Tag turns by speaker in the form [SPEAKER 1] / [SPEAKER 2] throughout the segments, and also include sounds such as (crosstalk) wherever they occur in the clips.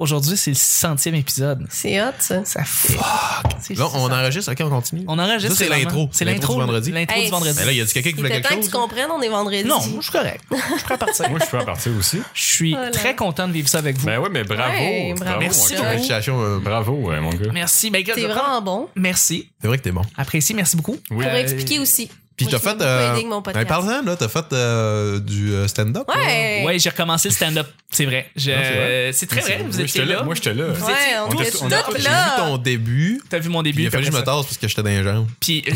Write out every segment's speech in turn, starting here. [SPEAKER 1] Aujourd'hui, c'est le centième épisode.
[SPEAKER 2] C'est hot, ça.
[SPEAKER 1] Ça fuck. C'est
[SPEAKER 3] Là,
[SPEAKER 1] juste
[SPEAKER 3] on
[SPEAKER 1] ça.
[SPEAKER 3] enregistre, ok, on continue.
[SPEAKER 1] On enregistre.
[SPEAKER 3] Ça, c'est
[SPEAKER 1] vraiment.
[SPEAKER 3] l'intro.
[SPEAKER 1] C'est
[SPEAKER 3] L'intro
[SPEAKER 1] l'intro
[SPEAKER 3] du vendredi.
[SPEAKER 1] L'intro
[SPEAKER 2] Hey,
[SPEAKER 1] du vendredi.
[SPEAKER 3] Mais Ben là, il y a dit quelqu'un qui
[SPEAKER 2] Il
[SPEAKER 3] voulait
[SPEAKER 2] était
[SPEAKER 3] quelque
[SPEAKER 2] temps que
[SPEAKER 3] chose.
[SPEAKER 2] tu comprennes, on est vendredi.
[SPEAKER 1] Non, je suis correct. Je suis prêt à partir.
[SPEAKER 4] Moi, je suis à partir aussi.
[SPEAKER 1] Je suis
[SPEAKER 2] Voilà.
[SPEAKER 1] très content de vivre ça avec vous.
[SPEAKER 4] Ben ouais, mais bravo.
[SPEAKER 2] Ouais, bravo,
[SPEAKER 1] Merci
[SPEAKER 4] mon gars.
[SPEAKER 2] John.
[SPEAKER 3] Ouais, Chachon, euh,
[SPEAKER 4] Bravo, euh, mon gars.
[SPEAKER 1] Merci. Ben, gars, je
[SPEAKER 2] T'es
[SPEAKER 1] vais prendre-
[SPEAKER 2] vraiment bon.
[SPEAKER 1] Merci.
[SPEAKER 3] C'est vrai que t'es bon.
[SPEAKER 1] Apprécié. Merci beaucoup.
[SPEAKER 4] Oui.
[SPEAKER 2] Pour
[SPEAKER 1] Euh,
[SPEAKER 2] expliquer aussi.
[SPEAKER 3] Puis
[SPEAKER 2] Moi,
[SPEAKER 3] t'as
[SPEAKER 2] je m'ai
[SPEAKER 3] fait.
[SPEAKER 2] beaucoup aidé avec mon podcast.
[SPEAKER 3] ben, parlant, là, t'as fait euh, du euh, stand-up. là.
[SPEAKER 2] Ouais.
[SPEAKER 1] Ouais, j'ai recommencé le stand-up. C'est vrai. Je-
[SPEAKER 4] Non, c'est vrai.
[SPEAKER 1] C'est très vrai. Vous
[SPEAKER 4] Moi, j'étais
[SPEAKER 1] étiez
[SPEAKER 4] là.
[SPEAKER 1] là.
[SPEAKER 4] Moi, j'étais là.
[SPEAKER 1] Vous
[SPEAKER 2] Ouais,
[SPEAKER 1] étiez
[SPEAKER 2] on
[SPEAKER 1] tous
[SPEAKER 4] était- on
[SPEAKER 2] était
[SPEAKER 1] là.
[SPEAKER 2] tous
[SPEAKER 3] J'ai
[SPEAKER 2] là.
[SPEAKER 3] vu ton début.
[SPEAKER 1] T'as vu mon début.
[SPEAKER 3] Puis il a fallu que
[SPEAKER 1] puis
[SPEAKER 3] je me
[SPEAKER 1] après ça.
[SPEAKER 3] tasse parce que j'étais dans les jambes.
[SPEAKER 1] Puis, euh, (laughs)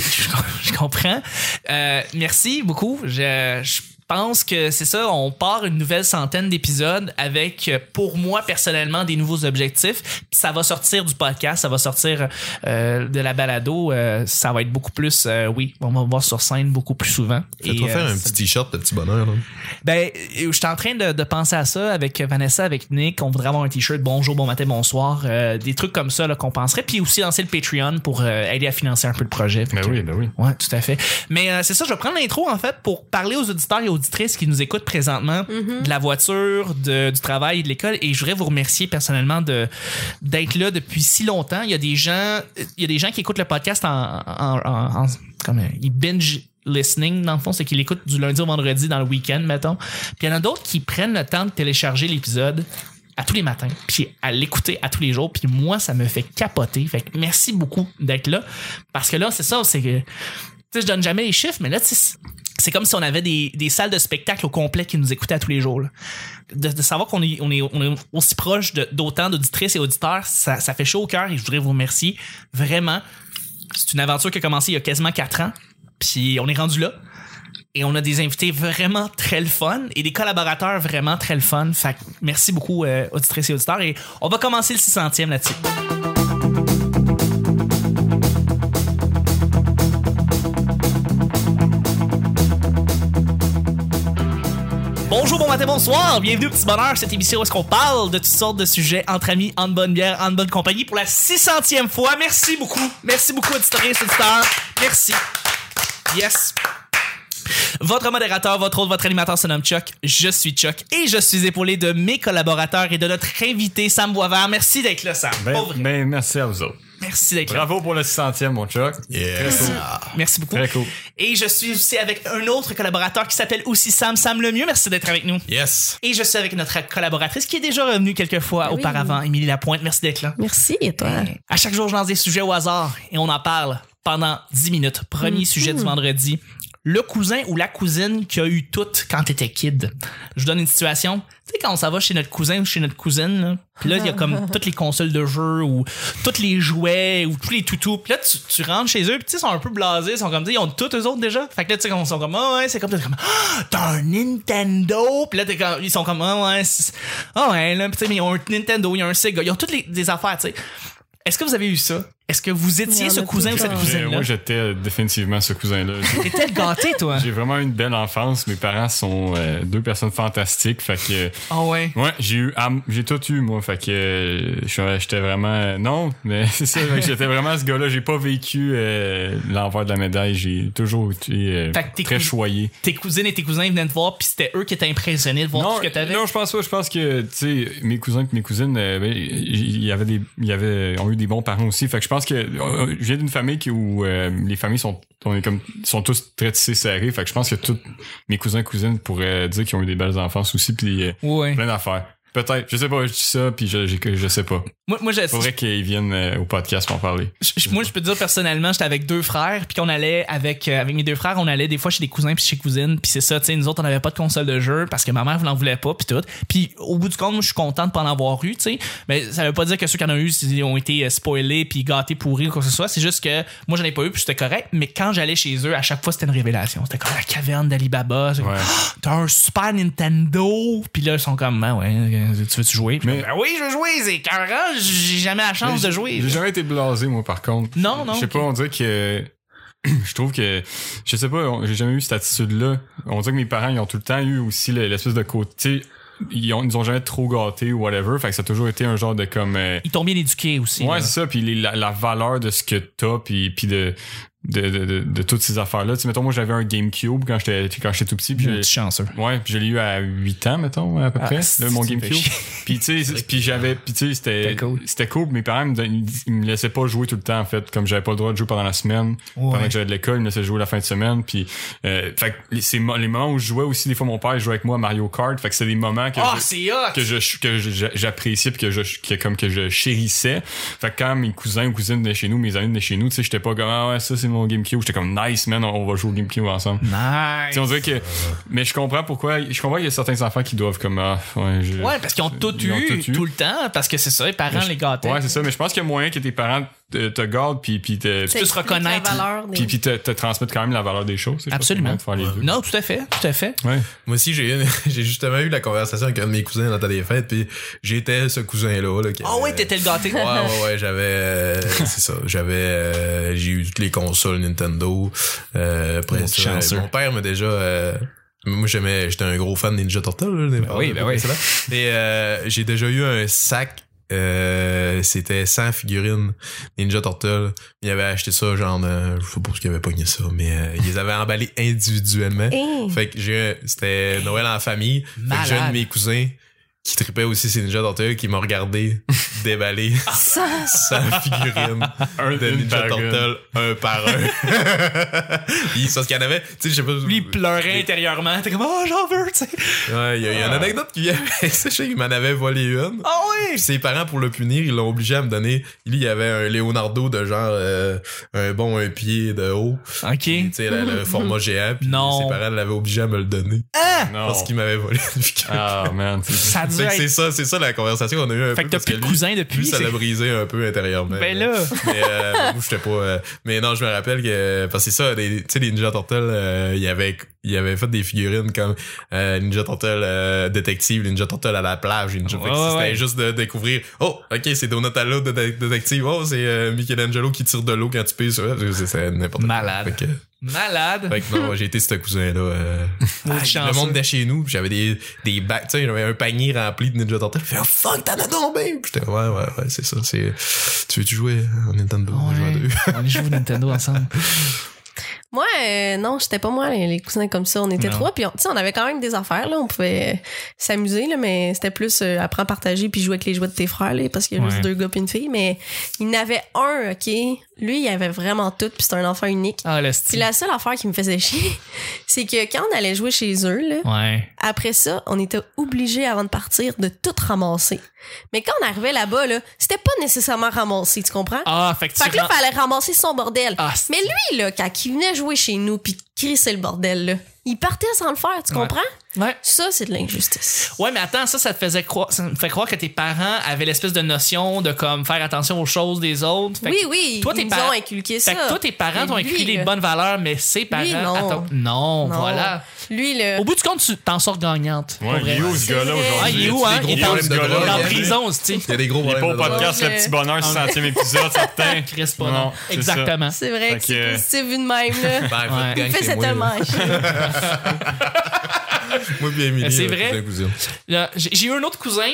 [SPEAKER 1] je, je comprends. Euh, merci beaucoup. Je, je pense que c'est ça. On part une nouvelle centaine d'épisodes avec, euh, pour moi personnellement, des nouveaux objectifs. Puis ça va sortir du podcast, ça va sortir euh, de la balado. euh, ça va être beaucoup plus. euh, oui, on va me voir sur scène beaucoup plus souvent.
[SPEAKER 3] Fais-toi
[SPEAKER 1] Et,
[SPEAKER 3] faire
[SPEAKER 1] euh,
[SPEAKER 3] un
[SPEAKER 1] ça-
[SPEAKER 3] petit t-shirt, le petit bonheur. là.
[SPEAKER 1] ben, euh, je suis en train de, de penser à ça avec Vanessa, avec Nick. On voudrait avoir un t-shirt bonjour, bon matin, bonsoir, euh, des trucs comme ça là, qu'on penserait. Puis aussi lancer le Patreon pour euh, aider à financer un peu le projet. Fait
[SPEAKER 4] Ben
[SPEAKER 1] que-
[SPEAKER 4] oui, ben oui.
[SPEAKER 1] Ouais, tout à fait. Mais euh, c'est ça, je vais prendre l'intro en fait pour parler aux auditeurs et auditrices qui nous écoutent présentement
[SPEAKER 2] Mhm.
[SPEAKER 1] de la voiture, de- du travail, et de l'école. Et je voudrais vous remercier personnellement de d'être là depuis si longtemps. Il y a des gens, il y a des gens qui écoutent le podcast en, en, en- en- comme euh, ils binge listening dans le fond, c'est qu'ils l'écoutent du lundi au vendredi dans le week-end, mettons. Puis il y en a d'autres qui prennent le temps de télécharger l'épisode à tous les matins, puis à l'écouter à tous les jours, puis moi ça me fait capoter. Fait que merci beaucoup d'être là parce que là c'est ça, c'est que tu sais, je donne jamais les chiffres, mais là, tu sais, c'est- c'est comme si on avait des, des salles de spectacle au complet qui nous écoutaient à tous les jours. là. De, de savoir qu'on est, on est, on est aussi proche de- d'autant d'auditrices et auditeurs, ça, ça fait chaud au cœur et je voudrais vous remercier vraiment. C'est une aventure qui a commencé il y a quasiment quatre ans, puis on est rendu là. Et on a des invités vraiment très le fun et des collaborateurs vraiment très le fun. Fait que merci beaucoup, euh, auditrices et auditeurs. Et on va commencer le 600e là-dessus. Bonjour, bon matin, bonsoir. Bienvenue au Petit Bonheur, cette émission où est-ce qu'on parle de toutes sortes de sujets entre amis, en bonne bière, en bonne compagnie pour la 600e fois. Merci beaucoup. Merci beaucoup, auditrices, auditeurs. Merci. Yes. Votre modérateur, votre autre, votre animateur se nomme Chuck. Je suis Chuck et je suis épaulé de mes collaborateurs et de notre invité Sam Boisvert. Merci d'être là, Sam.
[SPEAKER 4] Ben,
[SPEAKER 1] Pour vrai.
[SPEAKER 4] ben, merci à vous autres.
[SPEAKER 1] Merci d'être là.
[SPEAKER 4] Bravo pour le 600e, mon Chuck.
[SPEAKER 3] Yeah.
[SPEAKER 1] Merci beaucoup.
[SPEAKER 4] Très cool.
[SPEAKER 1] Et je suis aussi avec un autre collaborateur qui s'appelle aussi Sam. Sam Lemieux, merci d'être avec nous.
[SPEAKER 3] Yes.
[SPEAKER 1] Et je suis avec notre collaboratrice qui est déjà revenue quelques fois
[SPEAKER 2] Ah oui.
[SPEAKER 1] auparavant, Émilie Lapointe. Merci d'être là.
[SPEAKER 2] Merci, et toi?
[SPEAKER 1] À chaque jour, je lance des sujets au hasard et on en parle pendant 10 minutes. Premier sujet du vendredi. Le cousin ou la cousine qui a eu tout quand t'étais kid. Je vous donne une situation. Tu sais, quand on s'en va chez notre cousin ou chez notre cousine, là, pis là, il y a comme toutes les consoles de jeux ou tous les jouets ou tous les toutous. Puis là, tu, tu rentres chez eux, pis tu sais, ils sont un peu blasés, ils sont comme, tu sais, ils ont tout eux autres déjà. Fait que là, tu sais, ils sont comme, ah ouais, c'est comme, t'es comme, Ah, t'as un Nintendo. Puis là, t'es comme, ils sont comme, ah ouais, c'est- ah ouais, là, pis tu sais, mais ils ont un Nintendo, ils ont un Sega, ils ont toutes les, des affaires, tu sais. Est-ce que vous avez eu ça? Est-ce que vous
[SPEAKER 2] Il
[SPEAKER 1] étiez
[SPEAKER 2] y en
[SPEAKER 1] ce
[SPEAKER 2] a
[SPEAKER 1] cousin ou
[SPEAKER 2] tout le
[SPEAKER 1] cette
[SPEAKER 2] temps.
[SPEAKER 4] J'ai-
[SPEAKER 1] cousine-là?
[SPEAKER 4] Ben, Moi, j'étais définitivement ce cousin-là.
[SPEAKER 1] (laughs)
[SPEAKER 4] J'ai-
[SPEAKER 1] T'étais le gâté, toi.
[SPEAKER 4] (laughs) J'ai vraiment eu une belle enfance. Mes parents sont euh, deux personnes fantastiques. Fait que, euh,
[SPEAKER 1] Ah ouais.
[SPEAKER 4] ouais, j'ai eu, ah, j'ai tout eu, moi. Fait que, euh, je- j'étais vraiment, euh, non, mais (laughs) c'est ça. fait que j'étais vraiment ce gars-là. J'ai pas vécu euh, l'envers de la médaille. J'ai toujours été euh,
[SPEAKER 1] Fait que t'es
[SPEAKER 4] très
[SPEAKER 1] cou-
[SPEAKER 4] choyé.
[SPEAKER 1] Tes cousines et tes cousins ils venaient te voir, puis c'était eux qui étaient impressionnés de voir
[SPEAKER 4] non,
[SPEAKER 1] tout ce que t'avais.
[SPEAKER 4] non, je pense pas. Je pense que, tu sais, mes cousins et mes cousines, euh, ben, il y avait des, il y avait, euh, ont eu des bons parents aussi. Fait que je pense que euh, je viens d'une famille qui- où euh, les familles sont, on est comme, sont tous très tissés serrés. Fait que je pense que tous mes cousins et cousines pourraient dire qu'ils ont eu des belles enfances aussi, puis euh,
[SPEAKER 1] Ouais.
[SPEAKER 4] plein d'affaires. Peut-être, je sais pas, je dis ça, puis je, je, je sais pas.
[SPEAKER 1] Moi, moi, je-
[SPEAKER 4] Faudrait qu'ils viennent euh, au podcast pour en parler.
[SPEAKER 1] je- moi, je peux te dire personnellement, j'étais avec deux frères, puis qu'on allait avec, euh, avec mes deux frères, on allait des fois chez des cousins puis chez cousines, puis c'est ça, tu sais, nous autres, on n'avait pas de console de jeu parce que ma mère, vous l'en voulait pas, puis tout. Puis au bout du compte, moi, je suis content de pas en avoir eu, tu sais, mais ça veut pas dire que ceux qui en ont eu ils ont été euh, spoilés, puis gâtés, pourris ou quoi que ce soit, c'est juste que moi, j'en ai pas eu, puis c'était correct, mais quand j'allais chez eux, à chaque fois, c'était une révélation. C'était comme la caverne d'Alibaba, c'est comme,
[SPEAKER 4] Ouais.
[SPEAKER 1] Ah, t'as un Super Nintendo, puis là, ils sont comme, ah ouais, euh, tu veux-tu jouer? Puis
[SPEAKER 4] Mais-
[SPEAKER 1] je dis, Ben oui, je veux jouer, c'est carrément, j'ai jamais la chance de jouer.
[SPEAKER 4] J'ai jamais été blasé, moi, par contre.
[SPEAKER 1] Non, non,
[SPEAKER 4] Je sais
[SPEAKER 1] ok.
[SPEAKER 4] pas, on dirait que. (clears throat) Je trouve que. Je sais pas, on- j'ai jamais eu cette attitude-là. On dirait que mes parents, ils ont tout le temps eu aussi le- l'espèce de côté. Ils, ont, ils nous ont jamais trop gâtés ou whatever. Fait que ça a toujours été un genre de comme. euh,
[SPEAKER 1] ils t'ont bien éduqué aussi.
[SPEAKER 4] Ouais,
[SPEAKER 1] là.
[SPEAKER 4] c'est ça. Puis les- la, la valeur de ce que t'as, puis, puis de, de, de, de, de toutes ces affaires-là. Tu sais, mettons, moi, j'avais un GameCube quand j'étais quand j'étais tout petit. Puis
[SPEAKER 1] Puis,
[SPEAKER 4] j'ai-
[SPEAKER 1] petit chanceux.
[SPEAKER 4] Ouais, puis je l'ai eu à 8 ans, mettons, à peu
[SPEAKER 1] Mm. Ah,
[SPEAKER 4] près,
[SPEAKER 1] c'est-
[SPEAKER 4] là, mon
[SPEAKER 1] c'est
[SPEAKER 4] GameCube.
[SPEAKER 1] chier.
[SPEAKER 4] Puis tu sais, puis j'avais, puis tu sais, c'était
[SPEAKER 1] C'était cool.
[SPEAKER 4] c'était cool. mais mes parents me, don- ils me laissaient pas jouer tout le temps en fait, comme j'avais pas le droit de jouer pendant la semaine,
[SPEAKER 1] Ouais.
[SPEAKER 4] pendant que j'allais de l'école, ils me laissaient jouer la fin de semaine. Puis euh, fait que les, ces mo- les moments où je jouais aussi, des fois mon père il jouait avec moi à Mario Kart, fait que c'était des moments que
[SPEAKER 1] Ah,
[SPEAKER 4] je-
[SPEAKER 1] c'est hot!
[SPEAKER 4] que je que je- j'appréciais puis que je que comme que je chérissais fait que quand mes cousins ou cousines de chez nous mes amis de chez nous tu sais j'étais pas comme ah ouais ça c'est mon GameCube j'étais comme nice man on on va jouer au GameCube ensemble tu sais, on
[SPEAKER 1] Nice!
[SPEAKER 4] dirait que. Mais je comprends pourquoi. Je comprends qu'il y a certains enfants qui doivent comme. Ah, ouais, je-
[SPEAKER 1] Ouais, parce qu'ils ont tout
[SPEAKER 4] Ils ont
[SPEAKER 1] eu
[SPEAKER 4] tout eu.
[SPEAKER 1] tout le temps, parce que c'est ça, les parents les gâtaient.
[SPEAKER 4] Ouais, c'est ça. Mais je pense qu'il y a moyen que tes parents te, te gardent puis, puis, te,
[SPEAKER 1] Tu peux se reconnaître.
[SPEAKER 2] La valeur des-
[SPEAKER 4] puis, puis te, te transmettent quand même la valeur des choses. Je pense
[SPEAKER 1] Absolument.
[SPEAKER 4] qu'il y a moyen de faire les deux.
[SPEAKER 1] Non, tout à fait, tout à fait.
[SPEAKER 4] Ouais.
[SPEAKER 3] Moi aussi, j'ai une- (laughs) j'ai justement eu la conversation avec un de mes cousins dans des fêtes, puis j'étais ce cousin-là. là, qui
[SPEAKER 1] Ah
[SPEAKER 3] avait-
[SPEAKER 1] ouais, t'étais le gâté.
[SPEAKER 3] Ouais, ouais,
[SPEAKER 1] (laughs)
[SPEAKER 3] ouais, j'avais. euh, c'est ça. J'avais. euh, j'ai eu toutes les consoles Nintendo. Euh, après
[SPEAKER 1] Mon
[SPEAKER 3] ça,
[SPEAKER 1] chanceux.
[SPEAKER 3] mon père m'a déjà. euh, moi, j'aimais. J'étais un gros fan des Ninja Turtles. Là, des-
[SPEAKER 1] oui, ben oui.
[SPEAKER 3] précédents. Et euh, j'ai déjà eu un sac. Euh, c'était 100 figurines Ninja Turtles. Il avait acheté ça, genre, dans- je sais pas ce qu'il avait pogné ça, mais euh, ils les avaient emballés individuellement.
[SPEAKER 2] Hein.
[SPEAKER 3] Fait que j'ai c'était Noël en famille. Fait que j'ai un
[SPEAKER 1] Malade.
[SPEAKER 3] de mes cousins qui tripait aussi ces Ninja Turtles qui
[SPEAKER 1] (laughs)
[SPEAKER 3] m'a regardé déballer
[SPEAKER 2] Ça,
[SPEAKER 3] 100 figurines
[SPEAKER 4] Un,
[SPEAKER 3] de
[SPEAKER 4] une
[SPEAKER 3] Ninja
[SPEAKER 4] par une.
[SPEAKER 3] Turtle un par
[SPEAKER 1] (laughs)
[SPEAKER 3] un. Puis c'est ce qu'il y en avait, tu sais, je sais pas.
[SPEAKER 1] Lui, il pleurait intérieurement. T'es comme, oh, j'en veux, tu sais.
[SPEAKER 3] Ouais, il y a, il y a une anecdote qui vient avec ça, je sais qu'il m'en avait volé une.
[SPEAKER 1] Ah ouais!
[SPEAKER 3] Puis ses parents, pour le punir, ils l'ont obligé à me donner. Lui, il y avait un Leonardo de genre euh, un bon un pied de haut. Tu
[SPEAKER 1] Ok.
[SPEAKER 3] sais, le,
[SPEAKER 1] (laughs)
[SPEAKER 3] le format géant. Puis
[SPEAKER 1] Non.
[SPEAKER 3] ses parents l'avaient obligé à me le donner.
[SPEAKER 1] Ah!
[SPEAKER 4] Non.
[SPEAKER 3] Parce qu'il m'avait volé une figurine.
[SPEAKER 4] Ah, man. c'est-
[SPEAKER 1] Ça a dû
[SPEAKER 3] Fait que
[SPEAKER 1] être-
[SPEAKER 3] c'est ça, c'est ça la conversation qu'on a eu un
[SPEAKER 1] Fait
[SPEAKER 3] peu.
[SPEAKER 1] que t'as
[SPEAKER 3] parce
[SPEAKER 1] plus de
[SPEAKER 3] lui-
[SPEAKER 1] cousin
[SPEAKER 3] lui,
[SPEAKER 1] depuis.
[SPEAKER 3] ça
[SPEAKER 1] c'est-
[SPEAKER 3] l'a brisé un peu intérieurement.
[SPEAKER 1] Ben là.
[SPEAKER 3] Mais euh, (laughs) moi, j'étais pas. euh, mais non, je me rappelle que. Parce que c'est ça, des- tu sais, les Ninja Turtles, euh, il y avait il avait fait des figurines comme euh, Ninja Turtle euh, détective, Ninja Turtle à la plage, Ninja
[SPEAKER 1] Ouais,
[SPEAKER 3] fait que
[SPEAKER 1] ouais,
[SPEAKER 3] C'était
[SPEAKER 1] ouais.
[SPEAKER 3] juste de découvrir. Oh, ok, c'est Donatello de de- détective. Oh, c'est euh, Michelangelo qui tire de l'eau quand tu pèses sur elle. Parce que c'est- C'est n'importe quoi.
[SPEAKER 1] Malade.
[SPEAKER 3] Fait que,
[SPEAKER 1] Malade.
[SPEAKER 3] fait que non, j'ai été ce cousin-là. euh,
[SPEAKER 1] Maudit
[SPEAKER 3] ah,
[SPEAKER 1] chanceux.
[SPEAKER 3] le monde était chez nous, puis j'avais des, des bacs, tu sais, j'avais un panier rempli de Ninja Turtles. Je fais, oh fuck, t'en as donc bien! Puis j'étais, ouais, ouais, ouais, c'est ça, c'est, tu veux-tu jouer à Nintendo? On va jouer à deux. (laughs)
[SPEAKER 1] Ouais. On joue au Nintendo ensemble.
[SPEAKER 2] moi, euh, non, j'étais pas moi, les les cousins comme ça. On était
[SPEAKER 1] Non.
[SPEAKER 2] trois, puis on, tu sais, on avait quand même des affaires, là. On pouvait s'amuser, là, mais c'était plus euh, apprendre à partager puis jouer avec les jouets de tes frères, là, parce qu'il y a
[SPEAKER 1] Ouais.
[SPEAKER 2] juste deux gars puis une fille. Mais il n'avait un, OK? Lui, il avait vraiment tout, puis c'était un enfant unique.
[SPEAKER 1] Ah, le
[SPEAKER 2] Puis
[SPEAKER 1] style.
[SPEAKER 2] la seule affaire qui me faisait chier, (laughs) c'est que quand on allait jouer chez eux, là,
[SPEAKER 1] Ouais.
[SPEAKER 2] Après ça, on était obligé avant de partir de tout ramasser. Mais quand on arrivait là-bas, là, c'était pas nécessairement ramassé, tu comprends?
[SPEAKER 1] Ah, fait que tu
[SPEAKER 2] fait que là,
[SPEAKER 1] ren-
[SPEAKER 2] fallait ramasser son bordel.
[SPEAKER 1] Ah, c'est-
[SPEAKER 2] Mais lui, là, quand il venait jouer chez nous puis crissait le bordel, là, il partait sans le faire, tu
[SPEAKER 1] Ouais.
[SPEAKER 2] comprends?
[SPEAKER 1] Ouais.
[SPEAKER 2] Ça, c'est de l'injustice.
[SPEAKER 1] Ouais, mais attends, ça, ça te faisait croire, ça me fait croire que tes parents avaient l'espèce de notion de comme faire attention aux choses des autres. Fait
[SPEAKER 2] Oui,
[SPEAKER 1] que-
[SPEAKER 2] oui,
[SPEAKER 1] toi,
[SPEAKER 2] ils
[SPEAKER 1] tes
[SPEAKER 2] nous
[SPEAKER 1] parents-
[SPEAKER 2] ont inculqué ça.
[SPEAKER 1] Fait que toi, tes parents
[SPEAKER 2] Mais
[SPEAKER 1] t'ont
[SPEAKER 2] lui,
[SPEAKER 1] inculqué les
[SPEAKER 2] là.
[SPEAKER 1] bonnes valeurs, mais ses parents.
[SPEAKER 2] non.
[SPEAKER 1] attends- non,
[SPEAKER 2] Non. Euh,
[SPEAKER 1] voilà.
[SPEAKER 2] Lui, là,
[SPEAKER 1] Au bout du compte, tu t'en sors gagnante. pour
[SPEAKER 4] Ouais, il
[SPEAKER 1] vrai.
[SPEAKER 4] est où ce
[SPEAKER 2] C'est
[SPEAKER 4] gars-là
[SPEAKER 2] vrai.
[SPEAKER 4] aujourd'hui?
[SPEAKER 1] Ah, il est où, hein?
[SPEAKER 3] Il
[SPEAKER 1] Il
[SPEAKER 3] y
[SPEAKER 1] est
[SPEAKER 3] a
[SPEAKER 1] en,
[SPEAKER 3] des gros
[SPEAKER 1] il est en
[SPEAKER 3] problèmes de
[SPEAKER 1] prison, tu (laughs)
[SPEAKER 3] Il y a des gros
[SPEAKER 4] Il est pas
[SPEAKER 3] problèmes.
[SPEAKER 4] au
[SPEAKER 3] de drogue.
[SPEAKER 4] podcast, le petit bonheur,
[SPEAKER 1] Ouais.
[SPEAKER 4] 60e
[SPEAKER 1] (laughs)
[SPEAKER 4] épisode, certain. Ah,
[SPEAKER 1] Chris, pas
[SPEAKER 4] Non,
[SPEAKER 1] non.
[SPEAKER 4] c'est ça.
[SPEAKER 1] Exactement.
[SPEAKER 2] c'est vrai
[SPEAKER 4] Fait
[SPEAKER 2] que c'est
[SPEAKER 4] que-
[SPEAKER 2] positif vu de même,
[SPEAKER 1] Ouais.
[SPEAKER 2] là.
[SPEAKER 3] Ben, votre euh, (laughs) gang,
[SPEAKER 2] Il
[SPEAKER 3] c'est
[SPEAKER 2] faisait
[SPEAKER 3] moi,
[SPEAKER 2] tellement
[SPEAKER 3] là.
[SPEAKER 2] chier.
[SPEAKER 3] Moi, puis
[SPEAKER 1] Mais
[SPEAKER 3] Émilie,
[SPEAKER 1] Ben, c'est
[SPEAKER 3] là,
[SPEAKER 1] vrai.
[SPEAKER 3] cousin, cousine.
[SPEAKER 1] Là, J'ai j'ai eu un autre cousin.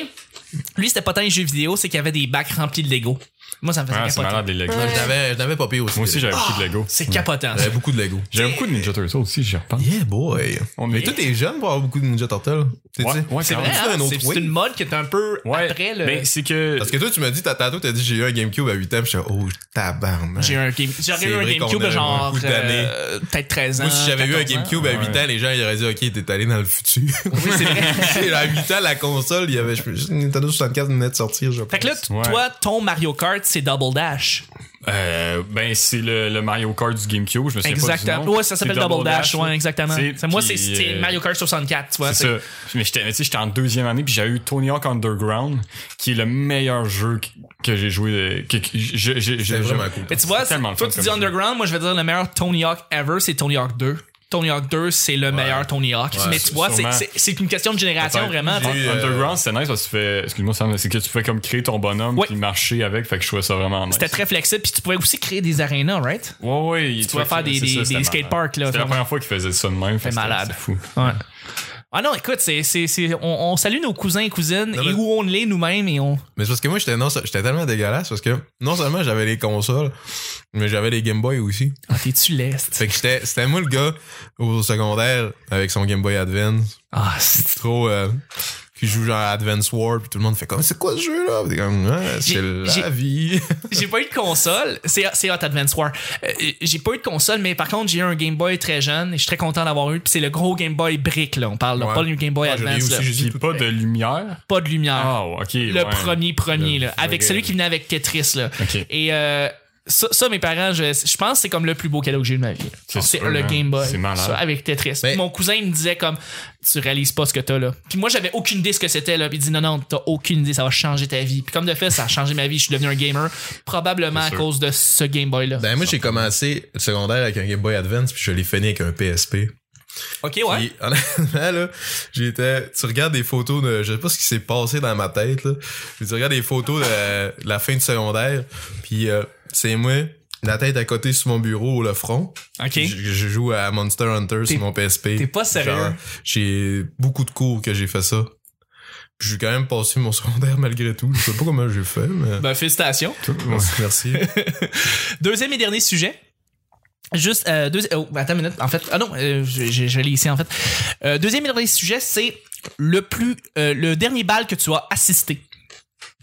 [SPEAKER 1] Lui, c'était pas tant les jeux vidéo, c'est qu'il avait des bacs remplis de Lego. Moi, ça me faisait
[SPEAKER 4] Ah, c'est
[SPEAKER 1] capoter.
[SPEAKER 4] malade, les Lego.
[SPEAKER 3] Moi, je n'avais, je n'avais pas payé aussi.
[SPEAKER 4] Moi aussi, j'avais beaucoup de Lego.
[SPEAKER 1] C'est capotant. ça.
[SPEAKER 3] J'avais beaucoup de Lego.
[SPEAKER 4] J'avais beaucoup de Ninja Turtles aussi, j'y repense.
[SPEAKER 3] Yeah, boy.
[SPEAKER 4] On
[SPEAKER 3] Mais
[SPEAKER 4] est-
[SPEAKER 3] toi, t'es jeune pour avoir beaucoup de Ninja Turtles. T'es
[SPEAKER 4] Ouais,
[SPEAKER 3] tu
[SPEAKER 4] ouais,
[SPEAKER 1] C'est
[SPEAKER 4] quand
[SPEAKER 1] vrai,
[SPEAKER 4] même.
[SPEAKER 3] Ah,
[SPEAKER 1] hein?
[SPEAKER 3] un autre
[SPEAKER 1] C'est
[SPEAKER 3] wave.
[SPEAKER 1] c'est une mode qui est un peu
[SPEAKER 4] Ouais.
[SPEAKER 1] après le.
[SPEAKER 4] Ben, c'est que.
[SPEAKER 3] Parce que toi, tu m'as dit, t'as- tantôt, t'as dit, j'ai eu un GameCube à 8 ans, puis j'étais, oh, tabarnak.
[SPEAKER 1] J'ai eu un game, j'ai
[SPEAKER 3] C'est
[SPEAKER 1] eu un
[SPEAKER 3] vrai qu'on
[SPEAKER 1] GameCube
[SPEAKER 3] a
[SPEAKER 1] genre
[SPEAKER 3] beaucoup d'années.
[SPEAKER 1] euh, peut-être 13 ans.
[SPEAKER 3] Moi, si j'avais eu un
[SPEAKER 1] 14 ans.
[SPEAKER 3] GameCube à 8
[SPEAKER 4] Ouais.
[SPEAKER 3] ans, les gens, ils auraient dit, OK, t'es allé dans le futur.
[SPEAKER 1] Oui, c'est
[SPEAKER 3] (laughs)
[SPEAKER 1] vrai.
[SPEAKER 3] à 8 ans, la console, il y avait je me- Nintendo 64 venait de sortir, je pense.
[SPEAKER 1] Fait que là, t-
[SPEAKER 4] Ouais.
[SPEAKER 1] toi, ton Mario Kart, c'est Double Dash.
[SPEAKER 4] Euh, ben, c'est le, le Mario Kart du GameCube, je me souviens pas du
[SPEAKER 1] Exactement.
[SPEAKER 4] nom.
[SPEAKER 1] Ouais, ça s'appelle
[SPEAKER 4] C'est
[SPEAKER 1] Double, Dash.
[SPEAKER 4] là.
[SPEAKER 1] ouais, exactement.
[SPEAKER 4] C'est-
[SPEAKER 1] C'est- moi, c'est
[SPEAKER 4] puis,
[SPEAKER 1] c'est
[SPEAKER 4] euh,
[SPEAKER 1] Mario Kart 64, tu vois.
[SPEAKER 4] C'est ça. Mais j'étais- mais tu sais, j'étais en deuxième année, puis j'ai eu Tony Hawk Underground, qui est le meilleur jeu que, que j'ai joué. de- Que, que- je- je- je-
[SPEAKER 3] c'est vraiment
[SPEAKER 4] je-
[SPEAKER 3] cool.
[SPEAKER 1] Mais tu vois,
[SPEAKER 4] C'est tellement le
[SPEAKER 1] toi,
[SPEAKER 4] fun
[SPEAKER 1] tu
[SPEAKER 4] comme
[SPEAKER 1] dis
[SPEAKER 4] jeu.
[SPEAKER 1] Underground, moi, je vais dire le meilleur Tony Hawk ever, c'est Tony Hawk 2. Tony Hawk 2, c'est le meilleur Tony Hawk. mais tu vois, c'est-
[SPEAKER 4] sûrement.
[SPEAKER 1] c'est c'est une question de génération,
[SPEAKER 4] Peut-être.
[SPEAKER 1] vraiment.
[SPEAKER 3] J'ai eu, euh,
[SPEAKER 4] Underground, c'est nice parce que tu fais. Excuse-moi, Sam, mais c'est que tu fais comme créer ton bonhomme,
[SPEAKER 1] Ouais.
[SPEAKER 4] puis marcher avec, fait que je trouvais ça vraiment nice.
[SPEAKER 1] C'était très flexible, puis tu pouvais aussi créer des arénas, right?
[SPEAKER 4] Ouais, ouais. Tu
[SPEAKER 1] pouvais faire des- des- des skateparks, là,
[SPEAKER 4] C'était la
[SPEAKER 1] vraiment.
[SPEAKER 4] première fois qu'ils faisaient ça de même. fait que
[SPEAKER 1] malade.
[SPEAKER 4] C'était c'était fou.
[SPEAKER 1] Ouais. Ah non, écoute, c'est, c'est, c'est- on, on salue nos cousins et cousines
[SPEAKER 3] Non,
[SPEAKER 1] et
[SPEAKER 3] mais-
[SPEAKER 1] où on l'est nous-mêmes et on.
[SPEAKER 3] Mais c'est parce que moi, j'étais non, j'étais tellement dégueulasse parce que non seulement j'avais les consoles, mais j'avais les Game Boy aussi.
[SPEAKER 1] Ah, t'es-tu l'Est?
[SPEAKER 3] Fait que j'étais, c'était moi le gars au secondaire avec son Game Boy Advance.
[SPEAKER 1] Ah, c'est-
[SPEAKER 3] Trop. euh, qui joue genre à Advance War, puis tout le monde fait comme c'est quoi ce jeu là? Puis t'es comme Ah,
[SPEAKER 1] J'ai-
[SPEAKER 3] c'est la
[SPEAKER 1] j'ai- (laughs)
[SPEAKER 3] vie.
[SPEAKER 1] (laughs) j'ai pas eu de console. C'est, c'est Hot Advance War. Euh, j'ai pas eu de console, mais par contre, j'ai eu un Game Boy très jeune et je suis très content d'avoir eu. Puis c'est le gros Game Boy brick, là. On parle là,
[SPEAKER 3] Ouais.
[SPEAKER 1] pas le Game Boy
[SPEAKER 3] Ouais, je l'ai eu
[SPEAKER 1] Advance,
[SPEAKER 3] aussi,
[SPEAKER 1] là.
[SPEAKER 3] j'ai-
[SPEAKER 4] Puis pas de lumière.
[SPEAKER 1] Pas de lumière.
[SPEAKER 4] Ah, ok.
[SPEAKER 1] le premier, premier,
[SPEAKER 4] Le
[SPEAKER 1] là. Avec
[SPEAKER 4] vrai-
[SPEAKER 1] celui qui venait avec Tetris, là.
[SPEAKER 4] Ok.
[SPEAKER 1] Et euh, ça, ça, mes parents, je, je pense que c'est comme le plus beau cadeau que j'ai eu de ma vie.
[SPEAKER 4] C'est
[SPEAKER 1] C'est
[SPEAKER 4] sûr,
[SPEAKER 1] le
[SPEAKER 4] hein.
[SPEAKER 1] Game Boy.
[SPEAKER 4] C'est malade.
[SPEAKER 1] ça, avec Tetris.
[SPEAKER 3] Mais-
[SPEAKER 1] Puis Mon cousin, il me disait comme, tu réalises pas ce que t'as là. Puis moi, j'avais aucune idée ce que c'était là. Puis il dit, non, non, t'as aucune idée, ça va changer ta vie. Puis comme de fait, ça a changé ma vie. Je suis devenu un gamer, probablement à
[SPEAKER 4] sûr.
[SPEAKER 1] cause de ce Game Boy là.
[SPEAKER 3] Ben, moi, j'ai commencé le secondaire avec un Game Boy Advance, puis je l'ai fini avec un PSP.
[SPEAKER 1] Ok, ouais.
[SPEAKER 3] Puis, honnêtement, là, j'étais. Tu regardes des photos de. Je sais pas ce qui s'est passé dans ma tête, là. Puis tu regardes des photos
[SPEAKER 1] (laughs)
[SPEAKER 3] de, de la fin du secondaire, puis euh, c'est moi, la tête à côté sur mon bureau, le front.
[SPEAKER 1] Ok.
[SPEAKER 3] Je, je joue à Monster Hunter
[SPEAKER 1] T'es-
[SPEAKER 3] sur mon PSP.
[SPEAKER 1] t'es pas sérieux?
[SPEAKER 3] Genre, J'ai beaucoup de cours que j'ai fait ça. Puis j'ai quand même passé mon (laughs) secondaire malgré tout. Je sais pas comment j'ai fait, mais.
[SPEAKER 1] Ben, félicitations. (laughs)
[SPEAKER 3] Merci, merci.
[SPEAKER 1] Deuxième et dernier sujet. Juste, euh, deuxi- oh, attends une minute. En fait, ah non, euh, je, je- je l'ai ici en fait. Euh, deuxième et dernier sujet, c'est le plus, euh, le dernier bal que tu as assisté.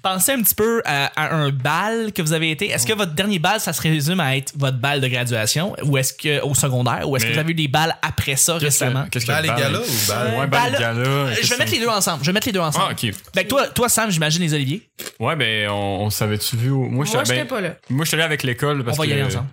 [SPEAKER 1] Pensez un petit peu à, à un bal que vous avez été. Est-ce que votre dernier bal, ça se résume à être votre bal de graduation ou est-ce que au secondaire ou est-ce que
[SPEAKER 4] Mais-
[SPEAKER 1] vous avez eu des balles après ça récemment?
[SPEAKER 4] Qu'est-ce que
[SPEAKER 3] Bal et gala ou bal?
[SPEAKER 4] Ouais, bal et
[SPEAKER 1] Bal-
[SPEAKER 4] gala.
[SPEAKER 1] Euh,
[SPEAKER 4] qu'est-ce
[SPEAKER 1] Je vais
[SPEAKER 4] que-
[SPEAKER 1] mettre les deux ensemble. Je vais mettre les deux ensemble.
[SPEAKER 4] Ah, ok.
[SPEAKER 1] Fait que toi, toi Sam, j'imagine les Olivier.
[SPEAKER 4] Ouais, ben, on, on s'avait-tu vu au. Moi,
[SPEAKER 2] Moi,
[SPEAKER 4] j'étais
[SPEAKER 2] j'étais
[SPEAKER 4] ben,
[SPEAKER 2] pas là.
[SPEAKER 4] moi, j'étais allé avec l'école
[SPEAKER 1] On
[SPEAKER 4] parce
[SPEAKER 1] va y
[SPEAKER 4] que-
[SPEAKER 1] aller ensemble.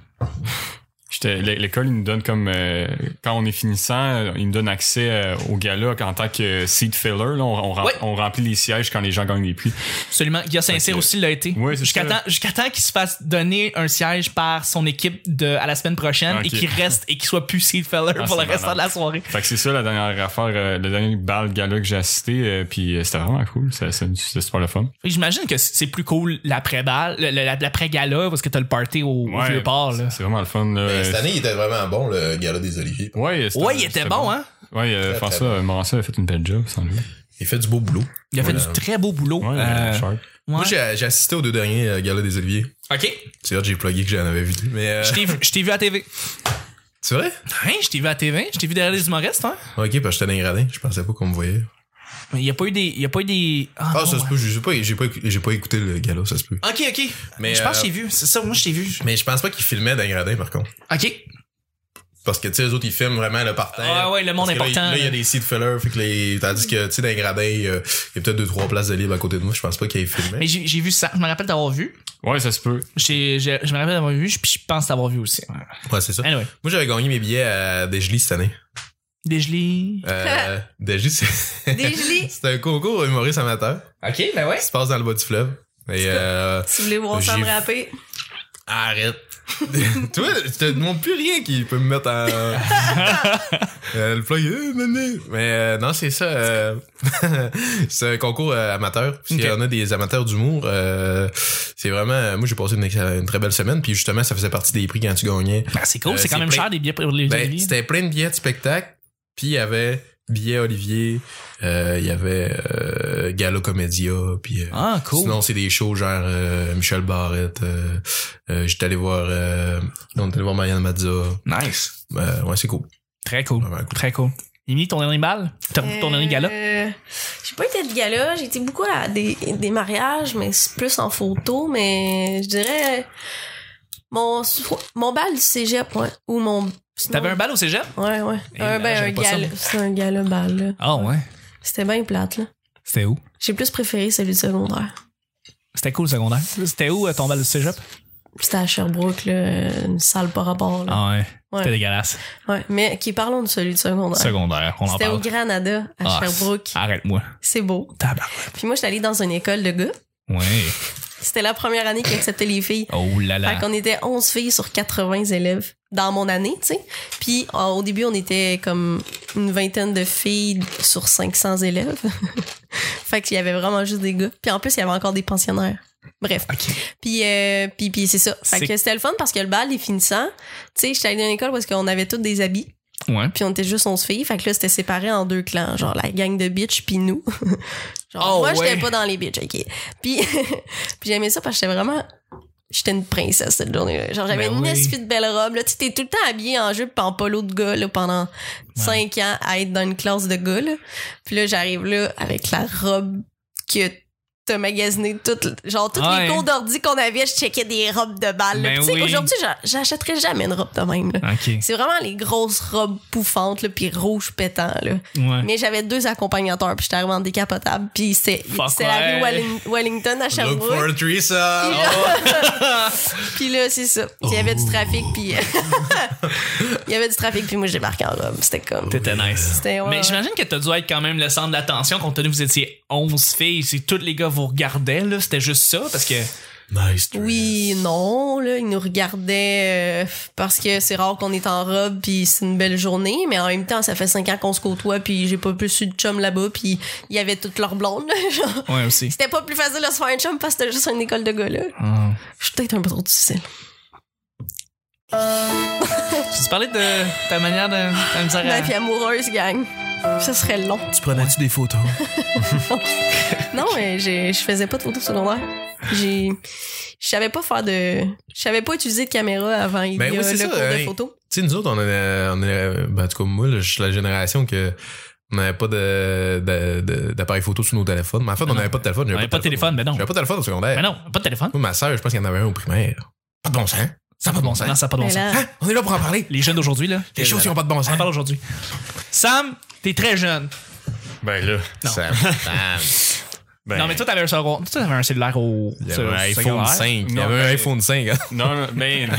[SPEAKER 4] J'étais- l'é- L'école, ils nous donne comme. euh, quand on est finissant, ils nous donnent accès euh, au gala en tant que seat filler. Là, on, on rem-
[SPEAKER 1] Ouais.
[SPEAKER 4] on remplit les sièges quand les gens gagnent les prix.
[SPEAKER 1] Absolument. Guy Saint-Cyr
[SPEAKER 4] Fait que-
[SPEAKER 1] aussi l'a été.
[SPEAKER 4] Ouais, c'est
[SPEAKER 1] Jusqu'à
[SPEAKER 4] ça.
[SPEAKER 1] temps, jusqu'à temps qu'il se fasse donner un siège par son équipe de, à la semaine prochaine
[SPEAKER 4] Ok.
[SPEAKER 1] et qu'il reste et qu'il soit plus Seedfeller
[SPEAKER 4] Ah,
[SPEAKER 1] pour le
[SPEAKER 4] c'est
[SPEAKER 1] restant de la
[SPEAKER 4] malade.
[SPEAKER 1] soirée.
[SPEAKER 4] Fait que c'est ça la dernière affaire, euh, le dernier bal gala que j'ai assisté. euh, puis euh, c'était vraiment cool. Ça- ça- C'était super le fun.
[SPEAKER 1] Fait que J'imagine que c'est plus cool l'après-balle, le- le- l'après-gala parce que t'as le party au, au vieux port, là. Ben,
[SPEAKER 4] c'est- C'est vraiment le fun. là.
[SPEAKER 3] Cette année, il était vraiment bon, le gala des Oliviers.
[SPEAKER 4] Ouais,
[SPEAKER 1] Ouais, il était bon, hein?
[SPEAKER 4] Ouais, euh,
[SPEAKER 3] Très,
[SPEAKER 4] François
[SPEAKER 3] très
[SPEAKER 4] euh, Morancy avait fait une belle job, sans lui.
[SPEAKER 3] Il fait du beau boulot.
[SPEAKER 1] Il a fait
[SPEAKER 3] Ouais.
[SPEAKER 1] du très beau boulot.
[SPEAKER 4] Ouais,
[SPEAKER 1] Euh,
[SPEAKER 4] euh, Sharp.
[SPEAKER 1] ouais.
[SPEAKER 3] Moi, j'ai j'ai assisté aux deux derniers euh, galas des Oliviers.
[SPEAKER 1] Ok.
[SPEAKER 3] C'est vrai que j'ai plugué que j'en avais vu. deux. Mais. euh,
[SPEAKER 1] Je t'ai vu, je t'ai vu à TV.
[SPEAKER 3] C'est vrai?
[SPEAKER 1] Hein? Je t'ai vu à TV. Je t'ai vu derrière les humoristes, hein?
[SPEAKER 3] Ok, parce que j'étais dans les gradins, je pensais pas qu'on me voyait.
[SPEAKER 1] Mais il y a pas eu des, il y a pas eu des. Ah,
[SPEAKER 3] Ah,
[SPEAKER 1] non,
[SPEAKER 3] ça se
[SPEAKER 1] ouais.
[SPEAKER 3] peut, je sais pas, j'ai pas, écou- j'ai pas écouté le gala, ça se peut.
[SPEAKER 1] Ok, ok.
[SPEAKER 3] Mais,
[SPEAKER 1] je pense
[SPEAKER 3] euh,
[SPEAKER 1] que je t'ai vu. C'est ça, moi je t'ai vu.
[SPEAKER 3] Mais je pense pas qu'ils filmaient dans les gradins, par contre.
[SPEAKER 1] Ok.
[SPEAKER 3] Parce que, tu sais, les autres, ils filment vraiment le parterre.
[SPEAKER 1] Ah Ouais, ouais, le monde
[SPEAKER 3] Parce que là,
[SPEAKER 1] important,
[SPEAKER 3] il- Là, il y
[SPEAKER 1] là.
[SPEAKER 3] a des seat fillers, fait que les- tandis que, tu sais, dans les gradins, il y a il y a peut-être deux, trois places de libre à côté de moi, je pense pas qu'ils aient
[SPEAKER 1] Mais
[SPEAKER 3] filmé.
[SPEAKER 1] j'ai j'ai vu ça. Je me rappelle d'avoir vu.
[SPEAKER 4] Ouais, ça se peut.
[SPEAKER 1] J'ai- j'ai- je me rappelle d'avoir vu, puis je pense l'avoir vu aussi.
[SPEAKER 3] Ouais, c'est ça.
[SPEAKER 1] Anyway,
[SPEAKER 3] Moi, j'avais gagné mes billets à Desjolies cette année.
[SPEAKER 1] Dégelé.
[SPEAKER 3] Euh, Desjolies, c'est
[SPEAKER 2] Dégelé,
[SPEAKER 3] (laughs) c'est un concours humoriste amateur
[SPEAKER 1] Ok, ben ouais.
[SPEAKER 3] qui se passe dans le bas du fleuve. Et, euh,
[SPEAKER 2] si vous voulez voir ça me
[SPEAKER 3] J'ai-
[SPEAKER 2] rapper.
[SPEAKER 3] Arrête. (laughs) Toi, je te demande plus rien qui peut me mettre en. Euh, le plug. euh, nan, nan. Mais euh, non, c'est ça. euh, (laughs) c'est un concours euh, amateur. S'il y
[SPEAKER 1] Ok.
[SPEAKER 3] en a des amateurs d'humour, euh, c'est vraiment. euh, Moi, j'ai passé une, ex- une très belle semaine. Puis justement, ça faisait partie des prix quand tu gagnais.
[SPEAKER 1] c'est cool,
[SPEAKER 3] Euh,
[SPEAKER 1] c'est quand
[SPEAKER 3] c'est
[SPEAKER 1] même
[SPEAKER 3] plein-
[SPEAKER 1] cher des billets pour les
[SPEAKER 3] Ben,
[SPEAKER 1] Olivier.
[SPEAKER 3] c'était plein de billets de spectacle. Puis il y avait billet Olivier, euh, il y avait euh, Gala Comédia, puis euh,
[SPEAKER 1] Ah, cool.
[SPEAKER 3] Sinon, c'est des shows genre euh, Michel Barrette. Euh, euh, J'étais allé voir. Euh, on est allé voir Marianne Mazza.
[SPEAKER 1] Nice.
[SPEAKER 3] Euh, ouais, c'est cool.
[SPEAKER 1] Très cool.
[SPEAKER 3] Vraiment cool.
[SPEAKER 1] Très cool. Émilie, ton dernier bal? Ton, ton dernier gala?
[SPEAKER 2] Euh, J'ai pas été de gala, j'ai été beaucoup à des, des mariages, mais c'est plus en photo, mais je dirais mon, so- mon bal du cégep, ouais, ou mon...
[SPEAKER 1] T'avais un bal au cégep?
[SPEAKER 2] Ouais, ouais.
[SPEAKER 1] Et là,
[SPEAKER 2] un, ben, un
[SPEAKER 1] j'aime pas ça,
[SPEAKER 2] gala,
[SPEAKER 1] moi.
[SPEAKER 2] c'est un gala bal, là.
[SPEAKER 1] Ah ouais.
[SPEAKER 2] C'était bien plate, là.
[SPEAKER 1] C'était où?
[SPEAKER 2] J'ai plus préféré celui du secondaire.
[SPEAKER 1] C'était cool, le secondaire. C'était où euh, ton bal au cégep?
[SPEAKER 2] C'était à Sherbrooke, là, une salle par rapport, là.
[SPEAKER 1] Ah ouais. C'était
[SPEAKER 2] Ouais.
[SPEAKER 1] dégueulasse.
[SPEAKER 2] Ouais, mais qui parlons de celui du secondaire.
[SPEAKER 1] Secondaire, Ah. on en
[SPEAKER 2] C'était au
[SPEAKER 1] parle.
[SPEAKER 2] Granada, à
[SPEAKER 1] Ah,
[SPEAKER 2] Sherbrooke.
[SPEAKER 1] Arrête-moi.
[SPEAKER 2] C'est beau.
[SPEAKER 1] Tabarouette.
[SPEAKER 2] Puis moi, j'étais allée dans une école de gars.
[SPEAKER 1] Ouais.
[SPEAKER 2] C'était la première année qu'ils acceptaient les filles.
[SPEAKER 1] Oh là
[SPEAKER 2] Fait
[SPEAKER 1] là.
[SPEAKER 2] qu'on était 11 filles sur 80 élèves dans mon année, tu sais. Puis euh, au début, on était comme une vingtaine de filles sur 500 élèves. (laughs) fait qu'il y avait vraiment juste des gars. Puis en plus, il y avait encore des pensionnaires. Bref. Puis, euh, puis, puis c'est ça. Fait
[SPEAKER 1] C'est-
[SPEAKER 2] que c'était le fun parce que le bal, les finissants, tu sais, j'étais allée dans une école parce qu'on avait tous des habits.
[SPEAKER 1] Ouais.
[SPEAKER 2] Puis on était juste 11 filles. Fait que là, c'était séparé en deux clans. Genre, la gang de bitch puis nous. (laughs) genre,
[SPEAKER 1] Oh,
[SPEAKER 2] moi, j'étais
[SPEAKER 1] ouais.
[SPEAKER 2] pas dans les bitches, OK. Puis, (laughs) puis j'aimais ça parce que j'étais vraiment... J'étais une princesse cette journée-là. Genre, j'avais
[SPEAKER 1] Ben
[SPEAKER 2] une
[SPEAKER 1] oui.
[SPEAKER 2] espèce de belle robe. Là, tu sais, t'es tout le temps habillée en jupe pis en polo de gars, là, pendant cinq ans à être dans une classe de gars, là. Puis là, j'arrive là avec la robe que t'as magasiné toutes, genre, toutes
[SPEAKER 1] Ouais.
[SPEAKER 2] les cours d'ordi qu'on avait, je checkais des robes de balle. là.
[SPEAKER 1] Ben
[SPEAKER 2] Puis tu sais,
[SPEAKER 1] oui.
[SPEAKER 2] aujourd'hui, j'a- j'achèterais jamais une robe de même, là.
[SPEAKER 1] Ok.
[SPEAKER 2] C'est vraiment les grosses robes pouffantes, là, puis rouge pétant. Là.
[SPEAKER 1] Ouais.
[SPEAKER 2] Mais j'avais deux accompagnateurs, puis j'étais arrivée en décapotable, puis c'est
[SPEAKER 1] Fuck
[SPEAKER 2] c'est la
[SPEAKER 1] ouais.
[SPEAKER 2] rue Welling- Wellington à
[SPEAKER 3] Look for
[SPEAKER 2] Sherbrooke.
[SPEAKER 3] a threesome.
[SPEAKER 1] (laughs)
[SPEAKER 2] Puis là, c'est ça. Il y avait
[SPEAKER 1] Oh.
[SPEAKER 2] du trafic, puis (laughs) il y avait du trafic, puis moi, je débarquais en robe. C'était comme...
[SPEAKER 1] T'étais nice.
[SPEAKER 2] C'était... ouais,
[SPEAKER 1] Mais
[SPEAKER 2] ouais.
[SPEAKER 1] j'imagine que t'as dû être quand même le centre de l'attention compte tenu que vous étiez 11 filles. Si tous les gars vous regardaient, là, c'était juste ça parce que.
[SPEAKER 3] Nice dress.
[SPEAKER 2] Oui, non, là, ils nous regardaient euh, parce que c'est rare qu'on est en robe puis c'est une belle journée, mais en même temps, ça fait cinq ans qu'on se côtoie puis j'ai pas plus eu de chum là-bas puis il y avait toutes leurs blondes, là, (laughs) genre.
[SPEAKER 1] Ouais, aussi.
[SPEAKER 2] C'était pas plus facile de se faire un chum parce que c'était juste une école de gars, là.
[SPEAKER 1] Ah.
[SPEAKER 2] Je suis peut-être un peu trop difficile.
[SPEAKER 1] Tu parlais de ta manière de. Ta misère
[SPEAKER 2] Ma vie
[SPEAKER 1] à...
[SPEAKER 2] amoureuse, gang. Ça serait long.
[SPEAKER 3] Tu prenais-tu des photos?
[SPEAKER 2] Non, mais j'ai- je faisais pas de photos secondaires. J'ai, je savais pas faire de, je savais pas utiliser de caméra avant il y a
[SPEAKER 3] Ben oui, c'est
[SPEAKER 2] le
[SPEAKER 3] ça,
[SPEAKER 2] cours de
[SPEAKER 3] hein.
[SPEAKER 2] photo.
[SPEAKER 3] Tu sais, nous autres, on est, on est- ben, en tout cas, moi, là, je suis la génération que on n'avait pas de- de- de- d'appareil photo sur nos téléphones. Mais en fait, on n'avait pas de téléphone.
[SPEAKER 1] On
[SPEAKER 3] j'avais
[SPEAKER 1] avait pas de téléphone, mais non.
[SPEAKER 3] J'avais pas de téléphone au secondaire.
[SPEAKER 1] Mais non, pas de téléphone.
[SPEAKER 3] Moi, ma soeur, je pense qu'il y en avait un au primaire. Pas de bon sens. Ça n'a pas de bon sens.
[SPEAKER 1] Non, ça n'a pas de bon
[SPEAKER 2] Mais
[SPEAKER 1] sens.
[SPEAKER 2] là,
[SPEAKER 3] Hein? On est là pour en parler.
[SPEAKER 1] Les jeunes d'aujourd'hui, là.
[SPEAKER 3] Les choses qui n'ont pas de bon
[SPEAKER 1] On en
[SPEAKER 3] sens.
[SPEAKER 1] parle aujourd'hui. Sam, t'es très jeune.
[SPEAKER 4] Ben là.
[SPEAKER 1] Non.
[SPEAKER 3] Ça-
[SPEAKER 4] ben-
[SPEAKER 1] Non, mais toi, t'avais un, second- toi, t'avais un cellulaire au.
[SPEAKER 3] Il y avait un iPhone
[SPEAKER 1] secondaire.
[SPEAKER 3] 5. Il y
[SPEAKER 4] Non,
[SPEAKER 3] avait un
[SPEAKER 4] mais-
[SPEAKER 3] iPhone 5. hein.
[SPEAKER 4] (laughs) Non, non, ben.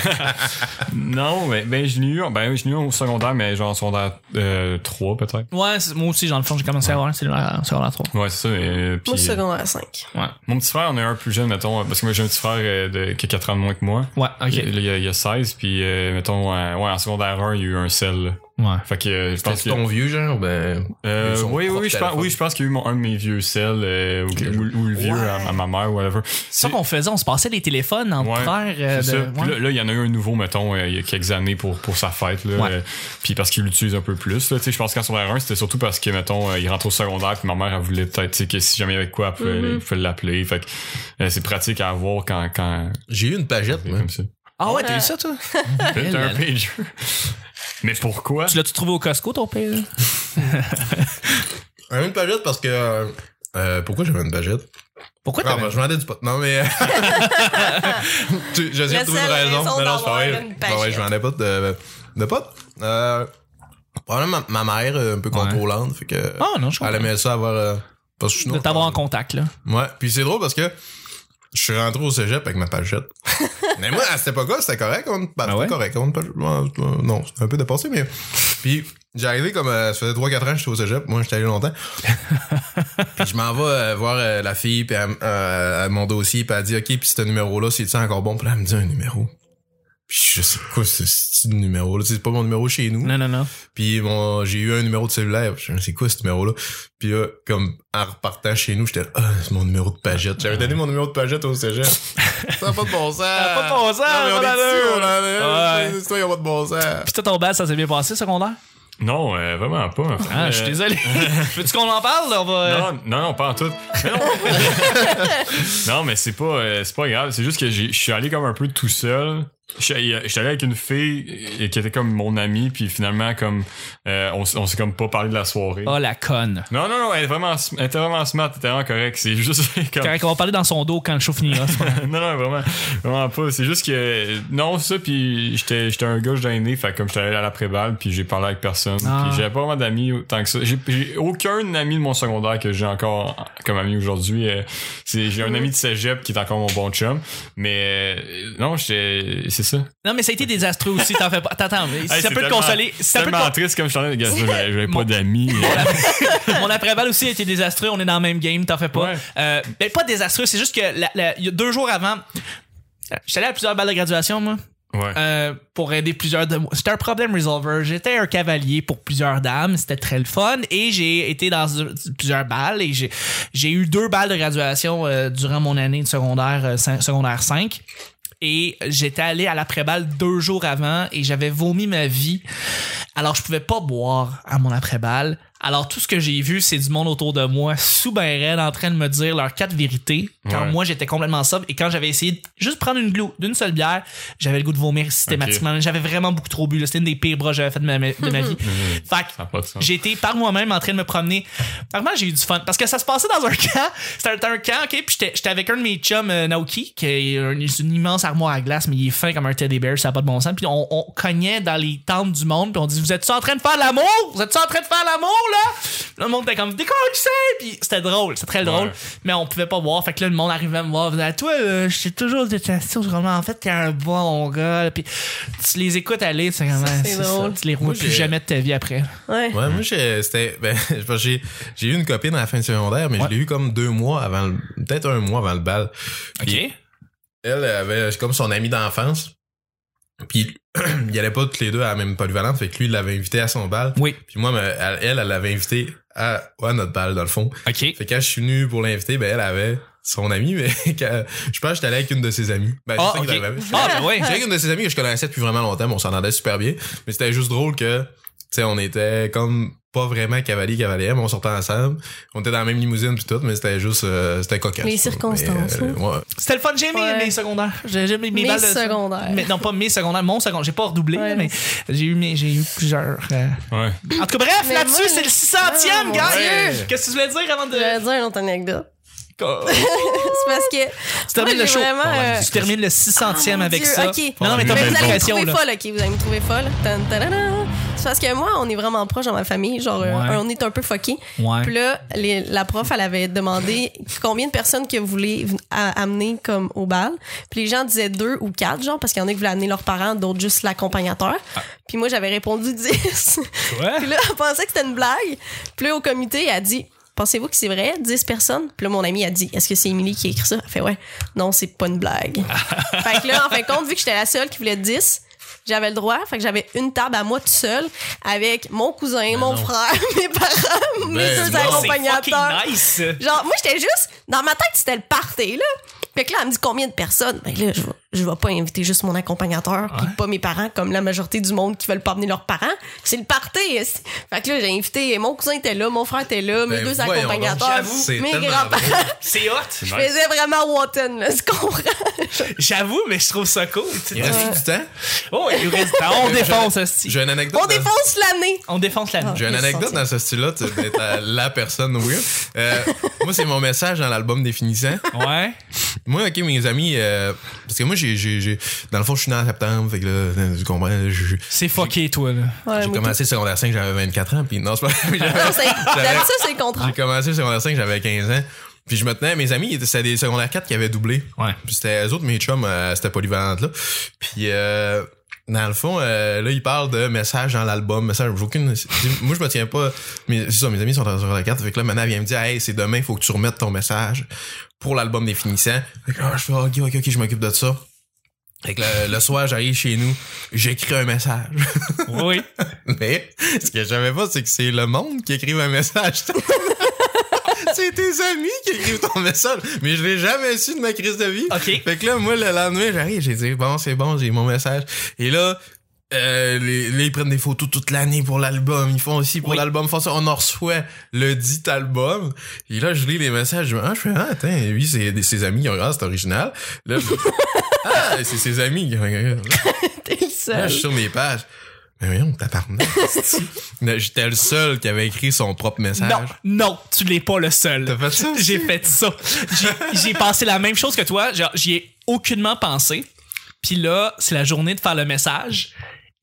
[SPEAKER 4] (laughs) non, mais ben, je l'ai eu, ben, je l'ai eu au secondaire, mais genre en secondaire euh, 3 peut-être.
[SPEAKER 1] Ouais, c'est- moi aussi, dans le fond, j'ai commencé à avoir un cellulaire au secondaire 3.
[SPEAKER 4] Ouais, c'est ça. euh, puis, euh,
[SPEAKER 2] moi, secondaire 5.
[SPEAKER 1] Ouais.
[SPEAKER 4] Mon petit frère, on est un plus jeune, mettons, parce que moi j'ai un petit frère euh, de, qui a 4 ans de moins que moi.
[SPEAKER 1] Ouais,
[SPEAKER 4] Il,
[SPEAKER 1] ok.
[SPEAKER 4] il y a, il y a 16, puis euh, mettons, euh, ouais, en secondaire 1, il y a eu un sel. là.
[SPEAKER 1] Ouais.
[SPEAKER 4] Fait que euh, je pense
[SPEAKER 3] C'était
[SPEAKER 4] que.
[SPEAKER 3] ton vieux, genre? Ben,
[SPEAKER 4] Euh,
[SPEAKER 3] Ils ont
[SPEAKER 4] oui, oui,
[SPEAKER 3] propre
[SPEAKER 4] oui, je pense,
[SPEAKER 3] téléphone.
[SPEAKER 4] oui, je pense qu'il y a eu mon, un de mes vieux sels, euh, ou, que- ou- ou le vieux
[SPEAKER 3] Ouais.
[SPEAKER 4] à, à ma mère, whatever.
[SPEAKER 1] C'est ça qu'on faisait, on se passait les téléphones entre
[SPEAKER 4] Ouais,
[SPEAKER 1] frères. euh,
[SPEAKER 4] C'est ça.
[SPEAKER 1] de-
[SPEAKER 4] Puis
[SPEAKER 1] ouais.
[SPEAKER 4] là, là, il y en a eu un nouveau, mettons, euh, il y a quelques années pour, pour sa fête. Là,
[SPEAKER 1] Ouais.
[SPEAKER 4] Euh, puis parce qu'il l'utilise un peu plus. là. Tu sais, Je pense qu'en secondaire 1, c'était surtout parce que, mettons, euh, il rentre au secondaire, puis ma mère, elle voulait peut-être tu sais, que si jamais il y avait quoi, elle pouvait,
[SPEAKER 2] Mhm.
[SPEAKER 4] elle pouvait l'appeler. Fait que euh, c'est pratique à avoir quand. quand
[SPEAKER 3] J'ai eu une pagette, moi. (laughs)
[SPEAKER 1] (laughs)
[SPEAKER 4] comme ça.
[SPEAKER 1] Ah ouais, t'as
[SPEAKER 2] Euh,
[SPEAKER 1] eu ça, toi?
[SPEAKER 4] T'as
[SPEAKER 1] là,
[SPEAKER 4] un
[SPEAKER 1] là.
[SPEAKER 4] pager. Mais pourquoi?
[SPEAKER 1] Tu l'as-tu trouvé au Costco, ton père?
[SPEAKER 3] J'ai eu une pagette parce que. euh, pourquoi j'avais une pagette?
[SPEAKER 1] Pourquoi
[SPEAKER 3] Ah,
[SPEAKER 1] t'avais.
[SPEAKER 3] ben, je vendais du pot. Non, mais. (laughs) tu, j'essaie
[SPEAKER 2] La
[SPEAKER 3] de trouver une
[SPEAKER 2] seule
[SPEAKER 3] raison.
[SPEAKER 2] raison
[SPEAKER 3] mais non, c'est
[SPEAKER 2] d'avoir
[SPEAKER 3] pas vrai.
[SPEAKER 2] une
[SPEAKER 3] Ben ouais,
[SPEAKER 2] pagette.
[SPEAKER 3] je vendais pas de, de pot. Euh, probablement ma, ma mère, euh, un peu contrôlante, fait que.
[SPEAKER 1] Ah non, je
[SPEAKER 3] elle
[SPEAKER 1] comprends.
[SPEAKER 3] aimait ça avoir. euh, parce que sinon.
[SPEAKER 1] De t'avoir en contact, là.
[SPEAKER 4] Mm.
[SPEAKER 3] Ouais. Puis c'est drôle parce que. Je suis rentré au cégep avec ma
[SPEAKER 1] (laughs)
[SPEAKER 3] pagette. mais moi, à cette époque-là, c'était correct. On, bah,
[SPEAKER 1] Ah ouais?
[SPEAKER 3] c'était correct. On, une pagette. Ouais, euh, non, c'était un peu dépassé, mais. Puis, j'ai arrivé comme. euh, ça faisait 3-4 ans que j'étais au cégep. Moi, j'étais allé
[SPEAKER 1] (laughs)
[SPEAKER 3] longtemps. puis, je m'en vais euh, voir euh, la fille, puis elle, m- euh, elle- mon dossier, puis elle dit OK, puis ce numéro-là, c'est-tu encore bon? Puis là, elle me dit un numéro. Puis, je sais quoi, ce ce numéro-là. Tu sais, C'est pas mon numéro chez nous.
[SPEAKER 1] Non, non, non.
[SPEAKER 3] Puis bon, j'ai eu un numéro de cellulaire. Je me suis dit, c'est quoi ce numéro-là? Puis là, comme en repartant chez nous, j'étais là, ah, c'est mon numéro de pagette. J'avais donné mon numéro de pagette au cégep. (laughs) ça n'a pas de bon sens. Ça
[SPEAKER 1] pas de bon sens,
[SPEAKER 3] Non, mais
[SPEAKER 1] pas
[SPEAKER 3] on est
[SPEAKER 1] d'allure.
[SPEAKER 3] petits, on en
[SPEAKER 1] Ouais.
[SPEAKER 3] a- c'est ça, il n'y a pas de bon sens.
[SPEAKER 1] Puis toi, ton bal, ça s'est bien passé, secondaire?
[SPEAKER 4] Non, euh, vraiment pas.
[SPEAKER 1] Ah, je suis
[SPEAKER 4] Euh, (laughs)
[SPEAKER 1] désolé. Veux-tu qu'on en parle? là? On va. euh,
[SPEAKER 4] Non, non, non, pas en tout. Mais non, Non, mais c'est pas, euh, c'est pas grave. C'est juste que j'ai- je suis allé comme un peu tout seul. Je suis allé je suis allé avec une fille euh, qui était comme mon amie, puis finalement, comme, euh, on, s- on s'est comme pas parlé de la soirée.
[SPEAKER 1] Oh, la conne.
[SPEAKER 4] Non, non, non, elle, est vraiment, sm- elle était vraiment smart, elle était vraiment correcte. C'est juste (laughs) comme.
[SPEAKER 1] Quand on va parler dans son dos quand le show
[SPEAKER 4] (laughs)
[SPEAKER 1] finira. c'est pas grave.
[SPEAKER 4] non, non, vraiment, vraiment pas. C'est juste que. Non, ça, puis j'étais j'étais un gars gêné. Fait que comme j'étais allé à l'après-balle, puis j'ai parlé avec personne.
[SPEAKER 1] Ah.
[SPEAKER 4] Puis j'avais pas vraiment d'amis tant que ça. J'ai- J'ai aucun ami de mon secondaire que j'ai encore comme ami aujourd'hui. Euh, c'est-
[SPEAKER 1] Mm.
[SPEAKER 4] J'ai un ami de cégep qui est encore mon bon chum. Mais euh, non, j'étais. C'est ça.
[SPEAKER 1] non, mais ça a été désastreux aussi. T'en fais pas. T'attends, mais si
[SPEAKER 4] Hey,
[SPEAKER 1] ça
[SPEAKER 4] c'est
[SPEAKER 1] peut te
[SPEAKER 4] tellement-
[SPEAKER 1] consoler. si
[SPEAKER 4] C'est
[SPEAKER 1] ça peut te
[SPEAKER 4] tellement triste comme je t'en ai. Regarde, j'avais j'avais
[SPEAKER 1] Mon-
[SPEAKER 4] pas d'amis. euh,
[SPEAKER 1] Mon après-balle aussi a été désastreux. On est dans le même game, t'en fais pas.
[SPEAKER 4] Ouais.
[SPEAKER 1] Euh, ben, pas désastreux, c'est juste que la- la- il y a deux jours avant, j'étais allé à plusieurs balles de graduation, moi,
[SPEAKER 4] Ouais.
[SPEAKER 1] euh, pour aider plusieurs de moi. J'étais un problème resolver. J'étais un cavalier pour plusieurs dames. C'était très le fun. Et j'ai été dans plusieurs balles et j'ai- j'ai eu deux balles de graduation euh, durant mon année de secondaire, euh, cin- secondaire 5. et j'étais allé à l'après-balle deux jours avant et j'avais vomi ma vie. Alors, je pouvais pas boire à mon après-balle. Alors, tout ce que j'ai vu, c'est du monde autour de moi, sous ben raide, en train de me dire leurs quatre vérités, quand
[SPEAKER 4] Ouais.
[SPEAKER 1] moi, j'étais complètement sobre. Et quand j'avais essayé de juste prendre une glou d'une seule bière, j'avais le goût de vomir systématiquement. J'avais vraiment beaucoup trop bu. là. C'était une des pires bras que j'avais fait de ma, de ma vie. Fait que
[SPEAKER 4] Ça n'a pas de sens.
[SPEAKER 1] j'ai été par moi-même en train de me promener. Vraiment, j'ai eu du fun. Parce que ça se passait dans un (laughs) camp. C'était un, un camp, OK? Puis j'étais- j'étais avec un de mes chums, euh, Naoki, qui est un- c'est une immense armoire à glace, mais il est fin comme un teddy bear, ça n'a pas de bon sens. Puis on, on cognait dans les tentes du monde, puis on dit Vous êtes-tu en train de faire de l'amour Vous êtes-tu en train de faire de l'amour, là Puis là, Le monde était comme Décolle, tu sais Puis c'était drôle, c'était très drôle.
[SPEAKER 4] Ouais.
[SPEAKER 1] Mais on pouvait pas boire. Fait que là, le monde arrivait à me voir. Faisait, Toi, euh, je t'ai toujours détesté. au roman. En fait, t'es un bon gars. Puis tu les écoutes aller, c'est vraiment.
[SPEAKER 2] c'est
[SPEAKER 1] c'est ça.
[SPEAKER 2] drôle.
[SPEAKER 1] Tu les roules
[SPEAKER 3] Moi,
[SPEAKER 1] plus
[SPEAKER 3] j'ai-
[SPEAKER 1] jamais de ta vie après.
[SPEAKER 2] Ouais.
[SPEAKER 3] Ouais, moi, j'ai- c'était. Ben, (laughs) je pense que j'ai j'ai eu une copine à la fin du secondaire, mais
[SPEAKER 1] Ouais.
[SPEAKER 3] je l'ai eu comme deux mois avant. le- Peut-être un mois avant le bal. Puis Elle avait comme son ami d'enfance. Puis (clears throat) il allait pas tous les deux à la même polyvalente. Fait que lui, il l'avait invité à son bal.
[SPEAKER 1] Oui.
[SPEAKER 3] Puis moi, me- elle, elle elle l'avait invité à, à notre bal, dans le fond.
[SPEAKER 1] OK.
[SPEAKER 3] Fait que quand je suis venu pour l'inviter, ben, elle avait son ami, mais (laughs) quand- je pense que j'étais allé avec une de ses amies. Ben, c'est
[SPEAKER 1] Ah,
[SPEAKER 3] ça qui
[SPEAKER 1] ok.
[SPEAKER 3] est arrivé.
[SPEAKER 1] Ah, ben ouais.
[SPEAKER 3] J'étais avec une de ses amies que je connaissais depuis vraiment longtemps, mais on s'en allait super bien. Mais c'était juste drôle que, tu sais, on était comme pas vraiment cavalier cavalier, mais on sortait ensemble. On était dans la même limousine puis tout, mais c'était juste, euh, c'était cocasse.
[SPEAKER 2] Les circonstances, hein.
[SPEAKER 3] Mais, euh, ouais.
[SPEAKER 1] C'était le fun. J'ai aimé
[SPEAKER 2] Ouais.
[SPEAKER 1] mes secondaires. J'ai j'ai aimé mes,
[SPEAKER 2] Mes
[SPEAKER 1] balles de-
[SPEAKER 2] secondaires.
[SPEAKER 1] Mais non, pas mes secondaires, mon secondaire. J'ai pas redoublé,
[SPEAKER 2] Ouais.
[SPEAKER 1] mais j'ai eu, mes- j'ai eu plusieurs. euh.
[SPEAKER 4] Ouais.
[SPEAKER 1] En tout cas, bref,
[SPEAKER 2] Mais
[SPEAKER 1] là-dessus,
[SPEAKER 2] moi,
[SPEAKER 1] c'est le 600e,
[SPEAKER 2] mon
[SPEAKER 1] gars.
[SPEAKER 3] Dieu.
[SPEAKER 1] Qu'est-ce que tu voulais dire avant de.
[SPEAKER 2] Je vais dire une autre anecdote. (laughs) C'est parce que.
[SPEAKER 1] tu termines
[SPEAKER 2] Moi,
[SPEAKER 1] le
[SPEAKER 2] j'ai
[SPEAKER 1] show.
[SPEAKER 2] vraiment, euh,
[SPEAKER 1] Tu termines le 600e
[SPEAKER 2] Mon
[SPEAKER 1] avec
[SPEAKER 2] Dieu,
[SPEAKER 1] ça.
[SPEAKER 2] ok.
[SPEAKER 1] Non, non, mais t'as pas
[SPEAKER 2] Mais vous
[SPEAKER 1] de
[SPEAKER 2] allez me
[SPEAKER 1] pression,
[SPEAKER 2] trouver
[SPEAKER 1] là.
[SPEAKER 2] folle, ok? Vous allez me trouver folle. Tan, tan, tan, tan. C'est parce que moi, on est vraiment proche dans ma famille. Genre, euh,
[SPEAKER 1] Ouais.
[SPEAKER 2] on est un peu fuckés. Puis
[SPEAKER 1] Ouais.
[SPEAKER 2] là, les- la prof, elle avait demandé combien de personnes que vous voulez v- à- amener comme au bal. Puis les gens disaient deux ou quatre, genre, parce qu'il y en a qui voulaient amener leurs parents, d'autres juste l'accompagnateur. Puis moi, j'avais répondu (laughs) 10. Puis là, elle pensait que c'était une blague. Puis là, au comité, elle a dit Pensez-vous que c'est vrai 10 personnes Puis là, mon ami a dit Est-ce que c'est Émilie qui a écrit ça Elle fait Ouais, non, c'est pas une
[SPEAKER 3] (laughs)
[SPEAKER 2] blague. fait que là, en fin de compte, vu que j'étais la seule qui voulait 10, j'avais le droit. Fait que j'avais une table à moi tout seul avec mon cousin, mon frère, (laughs) mes parents, mes
[SPEAKER 3] Ben
[SPEAKER 1] Oh,
[SPEAKER 2] deux
[SPEAKER 3] non.
[SPEAKER 1] C'est
[SPEAKER 2] accompagnateurs.
[SPEAKER 1] fucking nice.
[SPEAKER 2] (laughs) Genre, moi, j'étais juste. Dans ma tête, c'était le party, là. Fait que là, elle me dit combien de personnes. Ben là, je vais, je vais pas inviter juste mon accompagnateur, puis pas mes parents, comme la majorité du monde qui veulent pas amener leurs parents. C'est le party. esti. Fait que là, j'ai invité. Mon cousin était là, mon frère était là, mes
[SPEAKER 3] Ben,
[SPEAKER 2] deux
[SPEAKER 3] voyons donc,
[SPEAKER 2] accompagnateurs,
[SPEAKER 3] j'avoue, c'est
[SPEAKER 2] mes
[SPEAKER 3] tellement
[SPEAKER 2] grands-parents.
[SPEAKER 3] drôle.
[SPEAKER 1] C'est hot.
[SPEAKER 2] Je
[SPEAKER 4] Nice.
[SPEAKER 2] faisais vraiment Watton, là, tu comprends?
[SPEAKER 1] J'avoue, mais je trouve ça cool. tu
[SPEAKER 3] Il
[SPEAKER 1] sais.
[SPEAKER 3] reste du temps?
[SPEAKER 1] Oh, il reste. (laughs)
[SPEAKER 3] (laughs)
[SPEAKER 1] On défonce, hostie.
[SPEAKER 3] J'ai une anecdote.
[SPEAKER 2] On
[SPEAKER 3] dans-
[SPEAKER 2] défonce l'année.
[SPEAKER 1] On défonce la
[SPEAKER 3] J'ai une
[SPEAKER 2] Ok,
[SPEAKER 3] anecdote
[SPEAKER 2] sorti.
[SPEAKER 3] dans ce style-là, tu- d'être la, la personne oui. Euh, moi, c'est mon message dans l'album définissant.
[SPEAKER 1] Ouais.
[SPEAKER 3] Moi, ok, mes amis, euh, parce que moi, j'ai, j'ai, j'ai- dans le fond, je suis né en septembre, fait que là, tu comprends, je- je-
[SPEAKER 1] C'est fucké, toi, là.
[SPEAKER 2] Ouais,
[SPEAKER 3] ben, j'ai
[SPEAKER 2] Ah, moi,
[SPEAKER 3] commencé le secondaire 5, j'avais 24 ans, puis non, c'est pas.
[SPEAKER 2] tout- Non, c'est-
[SPEAKER 3] (laughs) J'avais-
[SPEAKER 2] ça, c'est le contraire.
[SPEAKER 3] j'ai commencé le secondaire 5, j'avais 15 ans. Puis je me tenais, mes amis, ils étaient- c'était des secondaires 4 qui avaient doublé.
[SPEAKER 1] Ouais.
[SPEAKER 3] Puis c'était eux autres, mes chums, euh, c'était polyvalente là. Puis euh, dans le fond, euh, là, ils parlent de messages dans l'album, messages. j'ai aucune. Moi, je me tiens pas. Mais c'est ça, mes amis sont dans sur la carte. Fait que là, maintenant, elle vient me dire, hey, c'est demain, faut que tu remettes ton message pour l'album des finissants. Fait que là, je fais, ok, ok, ok, je m'occupe de ça. Fait que le, le soir, j'arrive chez nous, j'écris un message.
[SPEAKER 1] Oui.
[SPEAKER 3] (laughs) Mais ce que je savais pas, c'est que c'est le monde qui écrive un message. (laughs) c'est tes amis qui écrivent ton message. Mais je l'ai jamais su de ma crise de vie.
[SPEAKER 1] OK.
[SPEAKER 3] Fait que là, moi, le lendemain, j'arrive, j'ai dit, bon, c'est bon, j'ai mon message. Et là, euh, les, là, ils prennent des photos toute l'année pour l'album. Ils font aussi pour
[SPEAKER 1] Oui.
[SPEAKER 3] l'album. Font ça. On en reçoit le dit album. Et là, je lis les messages. Je me ah, je fais, ah, attends, lui, c'est des- ses amis qui ont ah, c'est original.
[SPEAKER 1] (laughs)
[SPEAKER 3] Là, je- ah, c'est ses amis qui ont
[SPEAKER 2] T'es le
[SPEAKER 3] Là,
[SPEAKER 2] seul.
[SPEAKER 3] je suis sur mes pages. Mais voyons, tabarnak. (laughs) esti. Là, J'étais le seul qui avait écrit son propre message.
[SPEAKER 1] Non, non, tu l'es pas le seul.
[SPEAKER 3] T'as fait ça?
[SPEAKER 1] (laughs) J'ai fait ça. J'ai- J'ai passé la même chose que toi. Genre, J'y ai aucunement pensé. Puis là, c'est la journée de faire le message.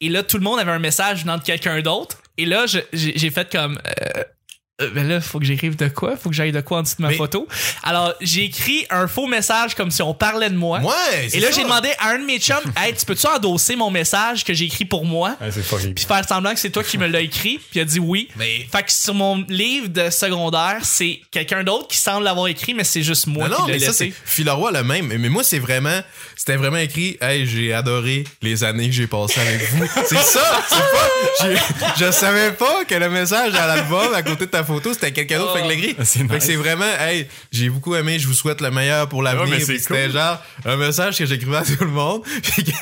[SPEAKER 1] Et là, tout le monde avait un message venant de quelqu'un d'autre. Et là, je- j'ai j'ai fait comme. euh, euh, ben là, faut que j'écrive de quoi? Faut que j'aille de quoi en dessous de ma
[SPEAKER 3] Mais-
[SPEAKER 1] photo? Alors, j'ai écrit un faux message comme si on parlait de moi.
[SPEAKER 3] Ouais, c'est
[SPEAKER 1] Et là,
[SPEAKER 3] ça.
[SPEAKER 1] j'ai demandé à un de mes
[SPEAKER 3] (laughs)
[SPEAKER 1] chums, hey, tu peux-tu endosser mon message que j'ai écrit pour moi?
[SPEAKER 4] Ouais, c'est fucking.
[SPEAKER 1] Puis faire semblant que c'est toi qui me l'as écrit. Puis il a dit oui.
[SPEAKER 3] Mais.
[SPEAKER 1] Fait que sur mon livre de secondaire, c'est quelqu'un d'autre qui semble l'avoir écrit, mais c'est juste moi
[SPEAKER 3] Non, non,
[SPEAKER 1] qui l'ai
[SPEAKER 3] mais ça, c'est
[SPEAKER 1] laissé.
[SPEAKER 3] Filaroy le même. Mais moi, c'est vraiment. C'était vraiment écrit. Hey, j'ai adoré les années que j'ai passées avec vous. c'est ça, c'est pas. j'ai- Je savais pas que le message à l'album, à côté de ta photo, c'était quelqu'un d'autre.
[SPEAKER 1] Oh.
[SPEAKER 3] Fait que le gris.
[SPEAKER 4] Ah, C'est
[SPEAKER 3] Fait que
[SPEAKER 4] nice.
[SPEAKER 3] c'est vraiment, hey, j'ai beaucoup aimé, je vous souhaite le meilleur pour l'avenir.
[SPEAKER 4] mais c'est
[SPEAKER 3] Puis c'était
[SPEAKER 4] cool.
[SPEAKER 3] genre un message que j'écrivais à tout le monde. (laughs) Puis quand,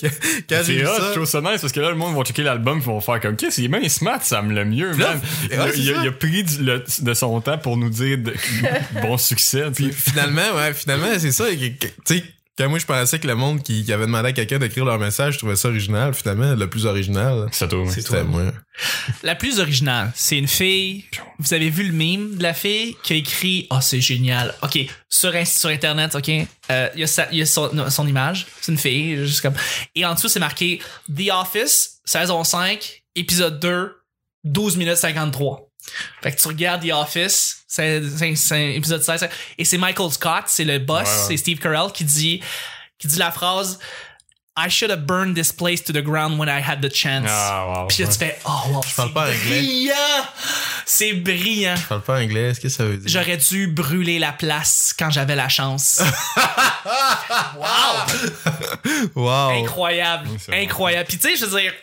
[SPEAKER 3] quand- quand j'ai
[SPEAKER 4] C'est
[SPEAKER 3] vu
[SPEAKER 4] hot,
[SPEAKER 3] ça.
[SPEAKER 4] je trouve ça nice parce que là, le monde va checker l'album et vont faire comme Qu'est-ce qu'il est bien smart, ça me le mieux,
[SPEAKER 3] Là,
[SPEAKER 4] man.
[SPEAKER 3] ouais,
[SPEAKER 4] Là,
[SPEAKER 3] c'est
[SPEAKER 4] il, a,
[SPEAKER 3] ça.
[SPEAKER 4] il a pris du- le- de son temps pour nous
[SPEAKER 1] (laughs)
[SPEAKER 4] dire de- bon succès. tu
[SPEAKER 3] Puis
[SPEAKER 4] sais.
[SPEAKER 3] finalement, ouais, finalement, c'est ça. que- que- Tu sais, quand moi je pensais que le monde qui, qui avait demandé à quelqu'un d'écrire leur message, je trouvais ça original. Finalement, le plus original,
[SPEAKER 4] C'est toi, ouais.
[SPEAKER 3] c'était moi.
[SPEAKER 1] La plus originale, c'est une fille. Vous avez vu le mime de la fille qui a écrit Oh, c'est génial. Ok, sur, in- sur Internet, ok, euh, il y a, sa- il y a son, non, son image. C'est une fille, juste comme. Et en dessous, c'est marqué The Office, saison 5, épisode 2, 12 minutes 53. Fait que tu regardes The Office, c'est- c'est- c'est épisode 16, et c'est Michael Scott, c'est le boss,
[SPEAKER 4] Ouais, ouais.
[SPEAKER 1] c'est Steve Carell qui dit, qui dit la phrase I should have burned this place to the ground when I had the chance.
[SPEAKER 4] Ah, wow.
[SPEAKER 1] Puis là, tu fais, oh, wow,
[SPEAKER 3] parle
[SPEAKER 1] c'est
[SPEAKER 3] pas anglais.
[SPEAKER 1] Brillant! C'est brillant.
[SPEAKER 3] Je parle pas anglais, est-ce que ça veut dire?
[SPEAKER 1] J'aurais dû brûler la place quand j'avais la chance. wow!
[SPEAKER 3] Wow!
[SPEAKER 1] Incroyable.
[SPEAKER 4] Oui, c'est vrai.
[SPEAKER 1] Incroyable. Puis tu sais, je veux dire,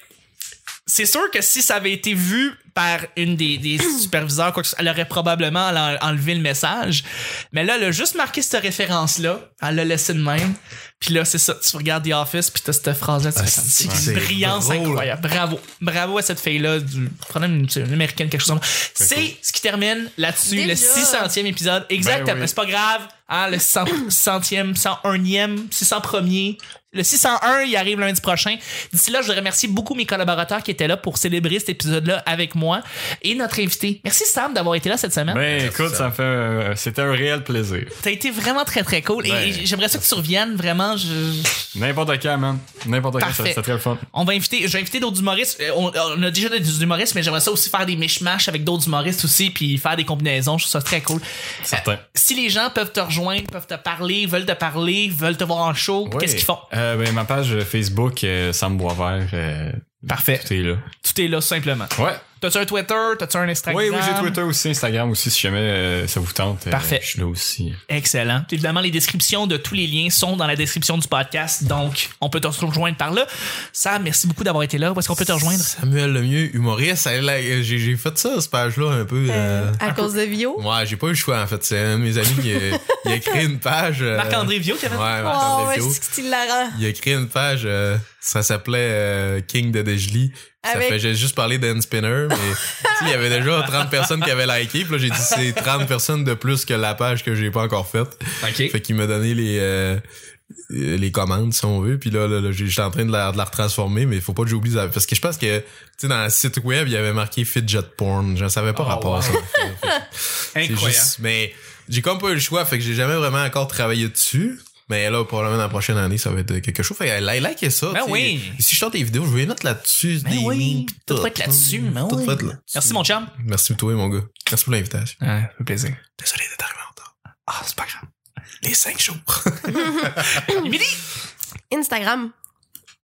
[SPEAKER 1] c'est sûr que si ça avait été vu par une des, des superviseurs, quoi que ce- elle aurait probablement en- enlevé le message. Mais là, elle a juste marqué cette référence-là. Elle l'a laissé de même. Puis là, c'est ça. Tu regardes The Office, puis t'as cette phrase-là. tu fais comme,
[SPEAKER 3] c'est-
[SPEAKER 1] C'est
[SPEAKER 3] c'est
[SPEAKER 1] une brillance
[SPEAKER 3] drôle.
[SPEAKER 1] incroyable. Bravo. Bravo à cette fille-là. Du, prenez une, une américaine, quelque chose comme ça. C'est ce qui termine là-dessus, le
[SPEAKER 2] Déjà.
[SPEAKER 1] 600e épisode. Exactement.
[SPEAKER 4] Ben oui.
[SPEAKER 1] C'est pas grave. Hein, le 100, 100e, 101e, 601er. Le 601, il arrive lundi prochain. D'ici là, je voudrais remercier beaucoup mes collaborateurs qui étaient là pour célébrer cet épisode-là avec moi et notre invité. Merci Sam d'avoir été là cette semaine.
[SPEAKER 4] Ben écoute, ça me fait. euh, C'était un réel plaisir.
[SPEAKER 1] T'as été vraiment très très cool
[SPEAKER 4] Ben.
[SPEAKER 1] et j'aimerais ça que tu reviennes vraiment. je-
[SPEAKER 4] N'importe quand, man. N'importe quand,
[SPEAKER 1] Parfait.
[SPEAKER 4] c'était très le fun.
[SPEAKER 1] On va inviter, j'ai invité d'autres humoristes. Euh, On, on a déjà des humoristes, mais j'aimerais ça aussi faire des mishmash avec d'autres humoristes aussi, puis faire des combinaisons. Je trouve ça très cool.
[SPEAKER 4] Certain.
[SPEAKER 1] Si les gens peuvent te rejoindre, peuvent te parler, veulent te parler, veulent te voir en show,
[SPEAKER 4] Ouais.
[SPEAKER 1] qu'est-ce qu'ils font
[SPEAKER 4] Euh, ben, ma page Facebook, euh, Sam Boisvert. euh,
[SPEAKER 1] Parfait.
[SPEAKER 4] Tout est là.
[SPEAKER 1] Tout est là simplement.
[SPEAKER 4] Ouais.
[SPEAKER 1] T'as-tu un Twitter T'as-tu un Instagram
[SPEAKER 4] Oui, oui, j'ai Twitter aussi, Instagram aussi, si jamais euh, ça vous tente. Euh,
[SPEAKER 1] Parfait.
[SPEAKER 4] je suis là aussi.
[SPEAKER 1] Excellent. Puis évidemment, les descriptions de tous les liens sont dans la description du podcast, donc on peut te rejoindre par là. Sam, merci beaucoup d'avoir été là. Où est-ce qu'on peut te rejoindre
[SPEAKER 3] Samuel Lemieux, humoriste, elle, là, j'ai j'ai fait ça, ce page-là, un peu. euh,
[SPEAKER 2] à cause de Vio.
[SPEAKER 3] Ouais, j'ai pas eu le choix, en fait. C'est un de mes amis qui a, il a créé une page. euh,
[SPEAKER 1] Marc-André Viau, qui
[SPEAKER 3] Ouais,
[SPEAKER 1] avait
[SPEAKER 2] Oh,
[SPEAKER 3] Marc-André
[SPEAKER 2] ouais,
[SPEAKER 3] Vio.
[SPEAKER 2] c'est hilarant.
[SPEAKER 3] Il a créé une page, euh, ça s'appelait euh, King de Dejli. Ça
[SPEAKER 2] Avec-
[SPEAKER 3] fait j'ai juste parlé d'Anne Spinner, mais (laughs) tu sais, il y avait déjà 30 personnes qui avaient liké. Puis là, j'ai dit c'est 30 personnes de plus que la page que j'ai pas encore faite. Fait qu'il m'a donné les euh, euh, les commandes, si on veut. Puis là, là, là, j'ai- j'étais en train de la, de la retransformer, mais faut pas que j'oublie. ça. Parce que je pense que, tu sais, dans le site web, il y avait marqué fidget porn. J'en savais pas
[SPEAKER 1] Oh,
[SPEAKER 3] rapport à ça.
[SPEAKER 1] wow.
[SPEAKER 3] Fait- c'est juste, mais j'ai comme pas eu le choix, fait que j'ai jamais vraiment encore travaillé dessus. Mais là, probablement dans la prochaine année, ça va être quelque chose. Fait que like- likez ça.
[SPEAKER 1] Ben
[SPEAKER 3] tu sais.
[SPEAKER 1] oui.
[SPEAKER 3] Si je chante des vidéos, je vais les mettre là-dessus.
[SPEAKER 1] Ben
[SPEAKER 3] des
[SPEAKER 1] oui.
[SPEAKER 3] memes, pis
[SPEAKER 1] Tout va être là-dessus, mais
[SPEAKER 3] Tout
[SPEAKER 1] oui.
[SPEAKER 3] va être là-dessus.
[SPEAKER 1] Merci mon chum.
[SPEAKER 3] Merci toi, mon gars. Merci pour l'invitation.
[SPEAKER 1] Ouais, ça fait plaisir.
[SPEAKER 3] Désolé d'être arrivé en retard.
[SPEAKER 1] Ah, c'est pas grave.
[SPEAKER 3] Les cinq jours.
[SPEAKER 1] Émilie!
[SPEAKER 2] Instagram,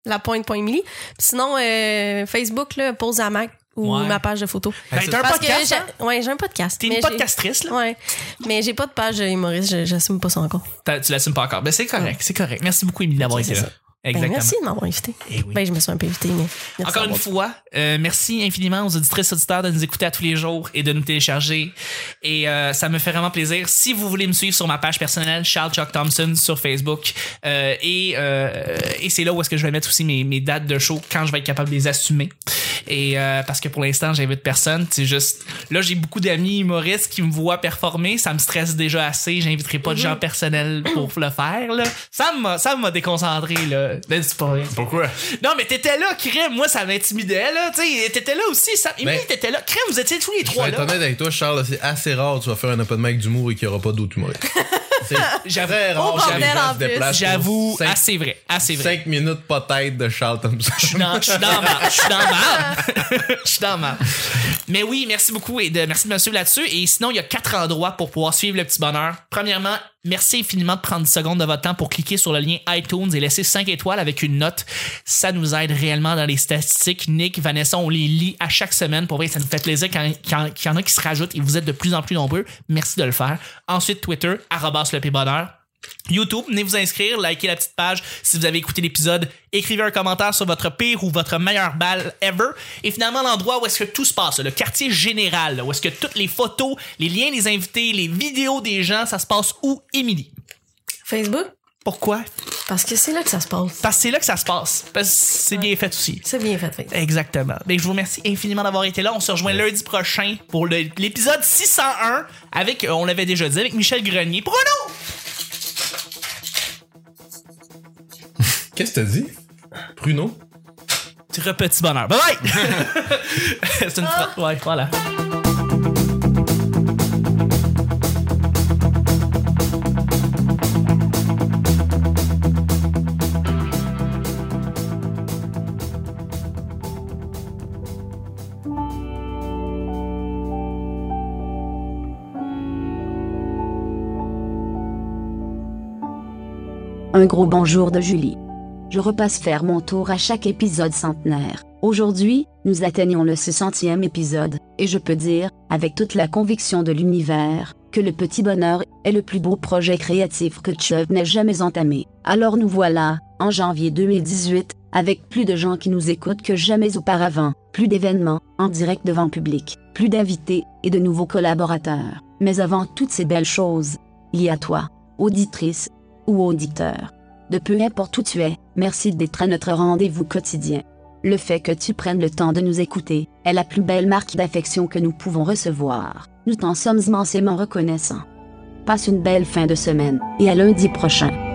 [SPEAKER 2] la pointe point Emily. Puis Sinon, euh, Facebook, là, pose à Mac ou
[SPEAKER 1] Ouais.
[SPEAKER 2] ma page de photo.
[SPEAKER 1] Ben,
[SPEAKER 3] ça-
[SPEAKER 1] t'as un
[SPEAKER 2] Parce
[SPEAKER 1] podcast,
[SPEAKER 2] que
[SPEAKER 1] hein?
[SPEAKER 2] j'ai- ouais, j'ai un podcast.
[SPEAKER 1] T'es
[SPEAKER 2] mais
[SPEAKER 1] une
[SPEAKER 2] j'ai-
[SPEAKER 1] podcastrice, là?
[SPEAKER 2] Ouais, mais j'ai pas de page humoriste, je- j'assume pas ça encore.
[SPEAKER 1] T'as- Tu l'assumes pas encore. Ben, c'est correct, c'est correct. Merci beaucoup, Émilie, d'avoir été
[SPEAKER 2] c'est
[SPEAKER 1] là.
[SPEAKER 2] Ben,
[SPEAKER 1] Exactement.
[SPEAKER 2] merci de m'avoir invité.
[SPEAKER 1] Eh oui.
[SPEAKER 2] Ben, je me suis un peu invité, mais merci
[SPEAKER 1] Encore une fois,
[SPEAKER 2] d'avoir-
[SPEAKER 1] euh, merci infiniment aux auditrices auditeurs de nous écouter à tous les jours et de nous télécharger. Et euh, ça me fait vraiment plaisir. Si vous voulez me suivre sur ma page personnelle, Charles Chuck Thompson sur Facebook, euh, et, euh, et c'est là où est-ce que je vais mettre aussi mes, mes dates de show quand je vais être capable de les assumer. Et euh, parce que pour l'instant, j'invite personne. C'est juste là, j'ai beaucoup d'amis humoristes qui me voient performer. Ça me stresse déjà assez. J'inviterai pas de
[SPEAKER 2] Mhm.
[SPEAKER 1] gens personnels pour le faire. Là. Ça m'a ça m'a déconcentré là. Ben, c'est pas vrai.
[SPEAKER 4] Pourquoi?
[SPEAKER 1] Non, mais t'étais là, Crème. Moi, ça m'intimidait, là. Tu sais, t'étais là aussi. Ça... Émilie, t'étais là. Crème, vous étiez tous les
[SPEAKER 3] Ben, Je vais
[SPEAKER 1] trois,
[SPEAKER 3] être
[SPEAKER 1] là.
[SPEAKER 3] honnête avec toi, Charles, c'est assez rare tu vas faire un open mic d'humour et qu'il n'y aura pas
[SPEAKER 1] (laughs)
[SPEAKER 3] d'autres humoristes. C'est
[SPEAKER 1] J'avoue.
[SPEAKER 3] très
[SPEAKER 2] Au
[SPEAKER 3] rare que les
[SPEAKER 2] bordel, en
[SPEAKER 3] gens se
[SPEAKER 2] plus.
[SPEAKER 3] déplacent. pour
[SPEAKER 1] J'avoue,
[SPEAKER 3] cinq-
[SPEAKER 1] assez vrai. Assez vrai.
[SPEAKER 3] cinq minutes peut-être de Charles Thompson.
[SPEAKER 1] Je
[SPEAKER 3] (laughs)
[SPEAKER 1] suis dans, je suis dans ma, je suis dans ma, je suis dans ma. Mais oui, merci beaucoup et de, merci de me suivre là-dessus. Et sinon, il y a quatre endroits pour pouvoir suivre le petit bonheur. Premièrement, merci infiniment de prendre 10 secondes de votre temps pour cliquer sur le lien iTunes et laisser 5 étoiles avec une note. Ça nous aide réellement dans les statistiques. Nick, Vanessa, on les lit à chaque semaine. Pour vrai, ça nous fait plaisir quand- quand- qu'il y en a qui se rajoutent et vous êtes de plus en plus nombreux. Merci de le faire. Ensuite, Twitter, arrobas le petit bonheur. YouTube, venez vous inscrire, likez la petite page si vous avez écouté l'épisode, écrivez un commentaire sur votre pire ou votre meilleure balle ever. Et finalement, l'endroit où est-ce que tout se passe, le quartier général, où est-ce que toutes les photos, les liens des invités, les vidéos des gens, ça se passe où, Émilie?
[SPEAKER 2] Facebook?
[SPEAKER 1] Pourquoi?
[SPEAKER 2] Parce que c'est là que ça se passe.
[SPEAKER 1] Parce que c'est là que ça se passe. Parce que c'est bien fait aussi.
[SPEAKER 2] C'est bien fait, Facebook.
[SPEAKER 1] Exactement. Ben, je vous remercie infiniment d'avoir été là. On se rejoint lundi prochain pour le- l'épisode 601 avec, euh, on l'avait déjà dit, avec Michel Grenier. Bruno!
[SPEAKER 3] Qu'est-ce que t'as dit? Pruno?
[SPEAKER 1] Très petit bonheur. Bye bye! (laughs) c'est une fra- Ouais, voilà.
[SPEAKER 5] Un gros bonjour de Julie. Je repasse faire mon tour à chaque épisode centenaire. Aujourd'hui, nous atteignons le 600e épisode, et je peux dire, avec toute la conviction de l'univers, que le petit bonheur est le plus beau projet créatif que Chubb n'ait jamais entamé. Alors nous voilà, en janvier 2018, avec plus de gens qui nous écoutent que jamais auparavant, plus d'événements, en direct devant public, plus d'invités, et de nouveaux collaborateurs. Mais avant toutes ces belles choses, il y a toi, auditrice, ou auditeur. De peu importe où tu es, merci d'être à notre rendez-vous quotidien. Le fait que tu prennes le temps de nous écouter est la plus belle marque d'affection que nous pouvons recevoir. Nous t'en sommes immensément reconnaissants. Passe une belle fin de semaine et à lundi prochain.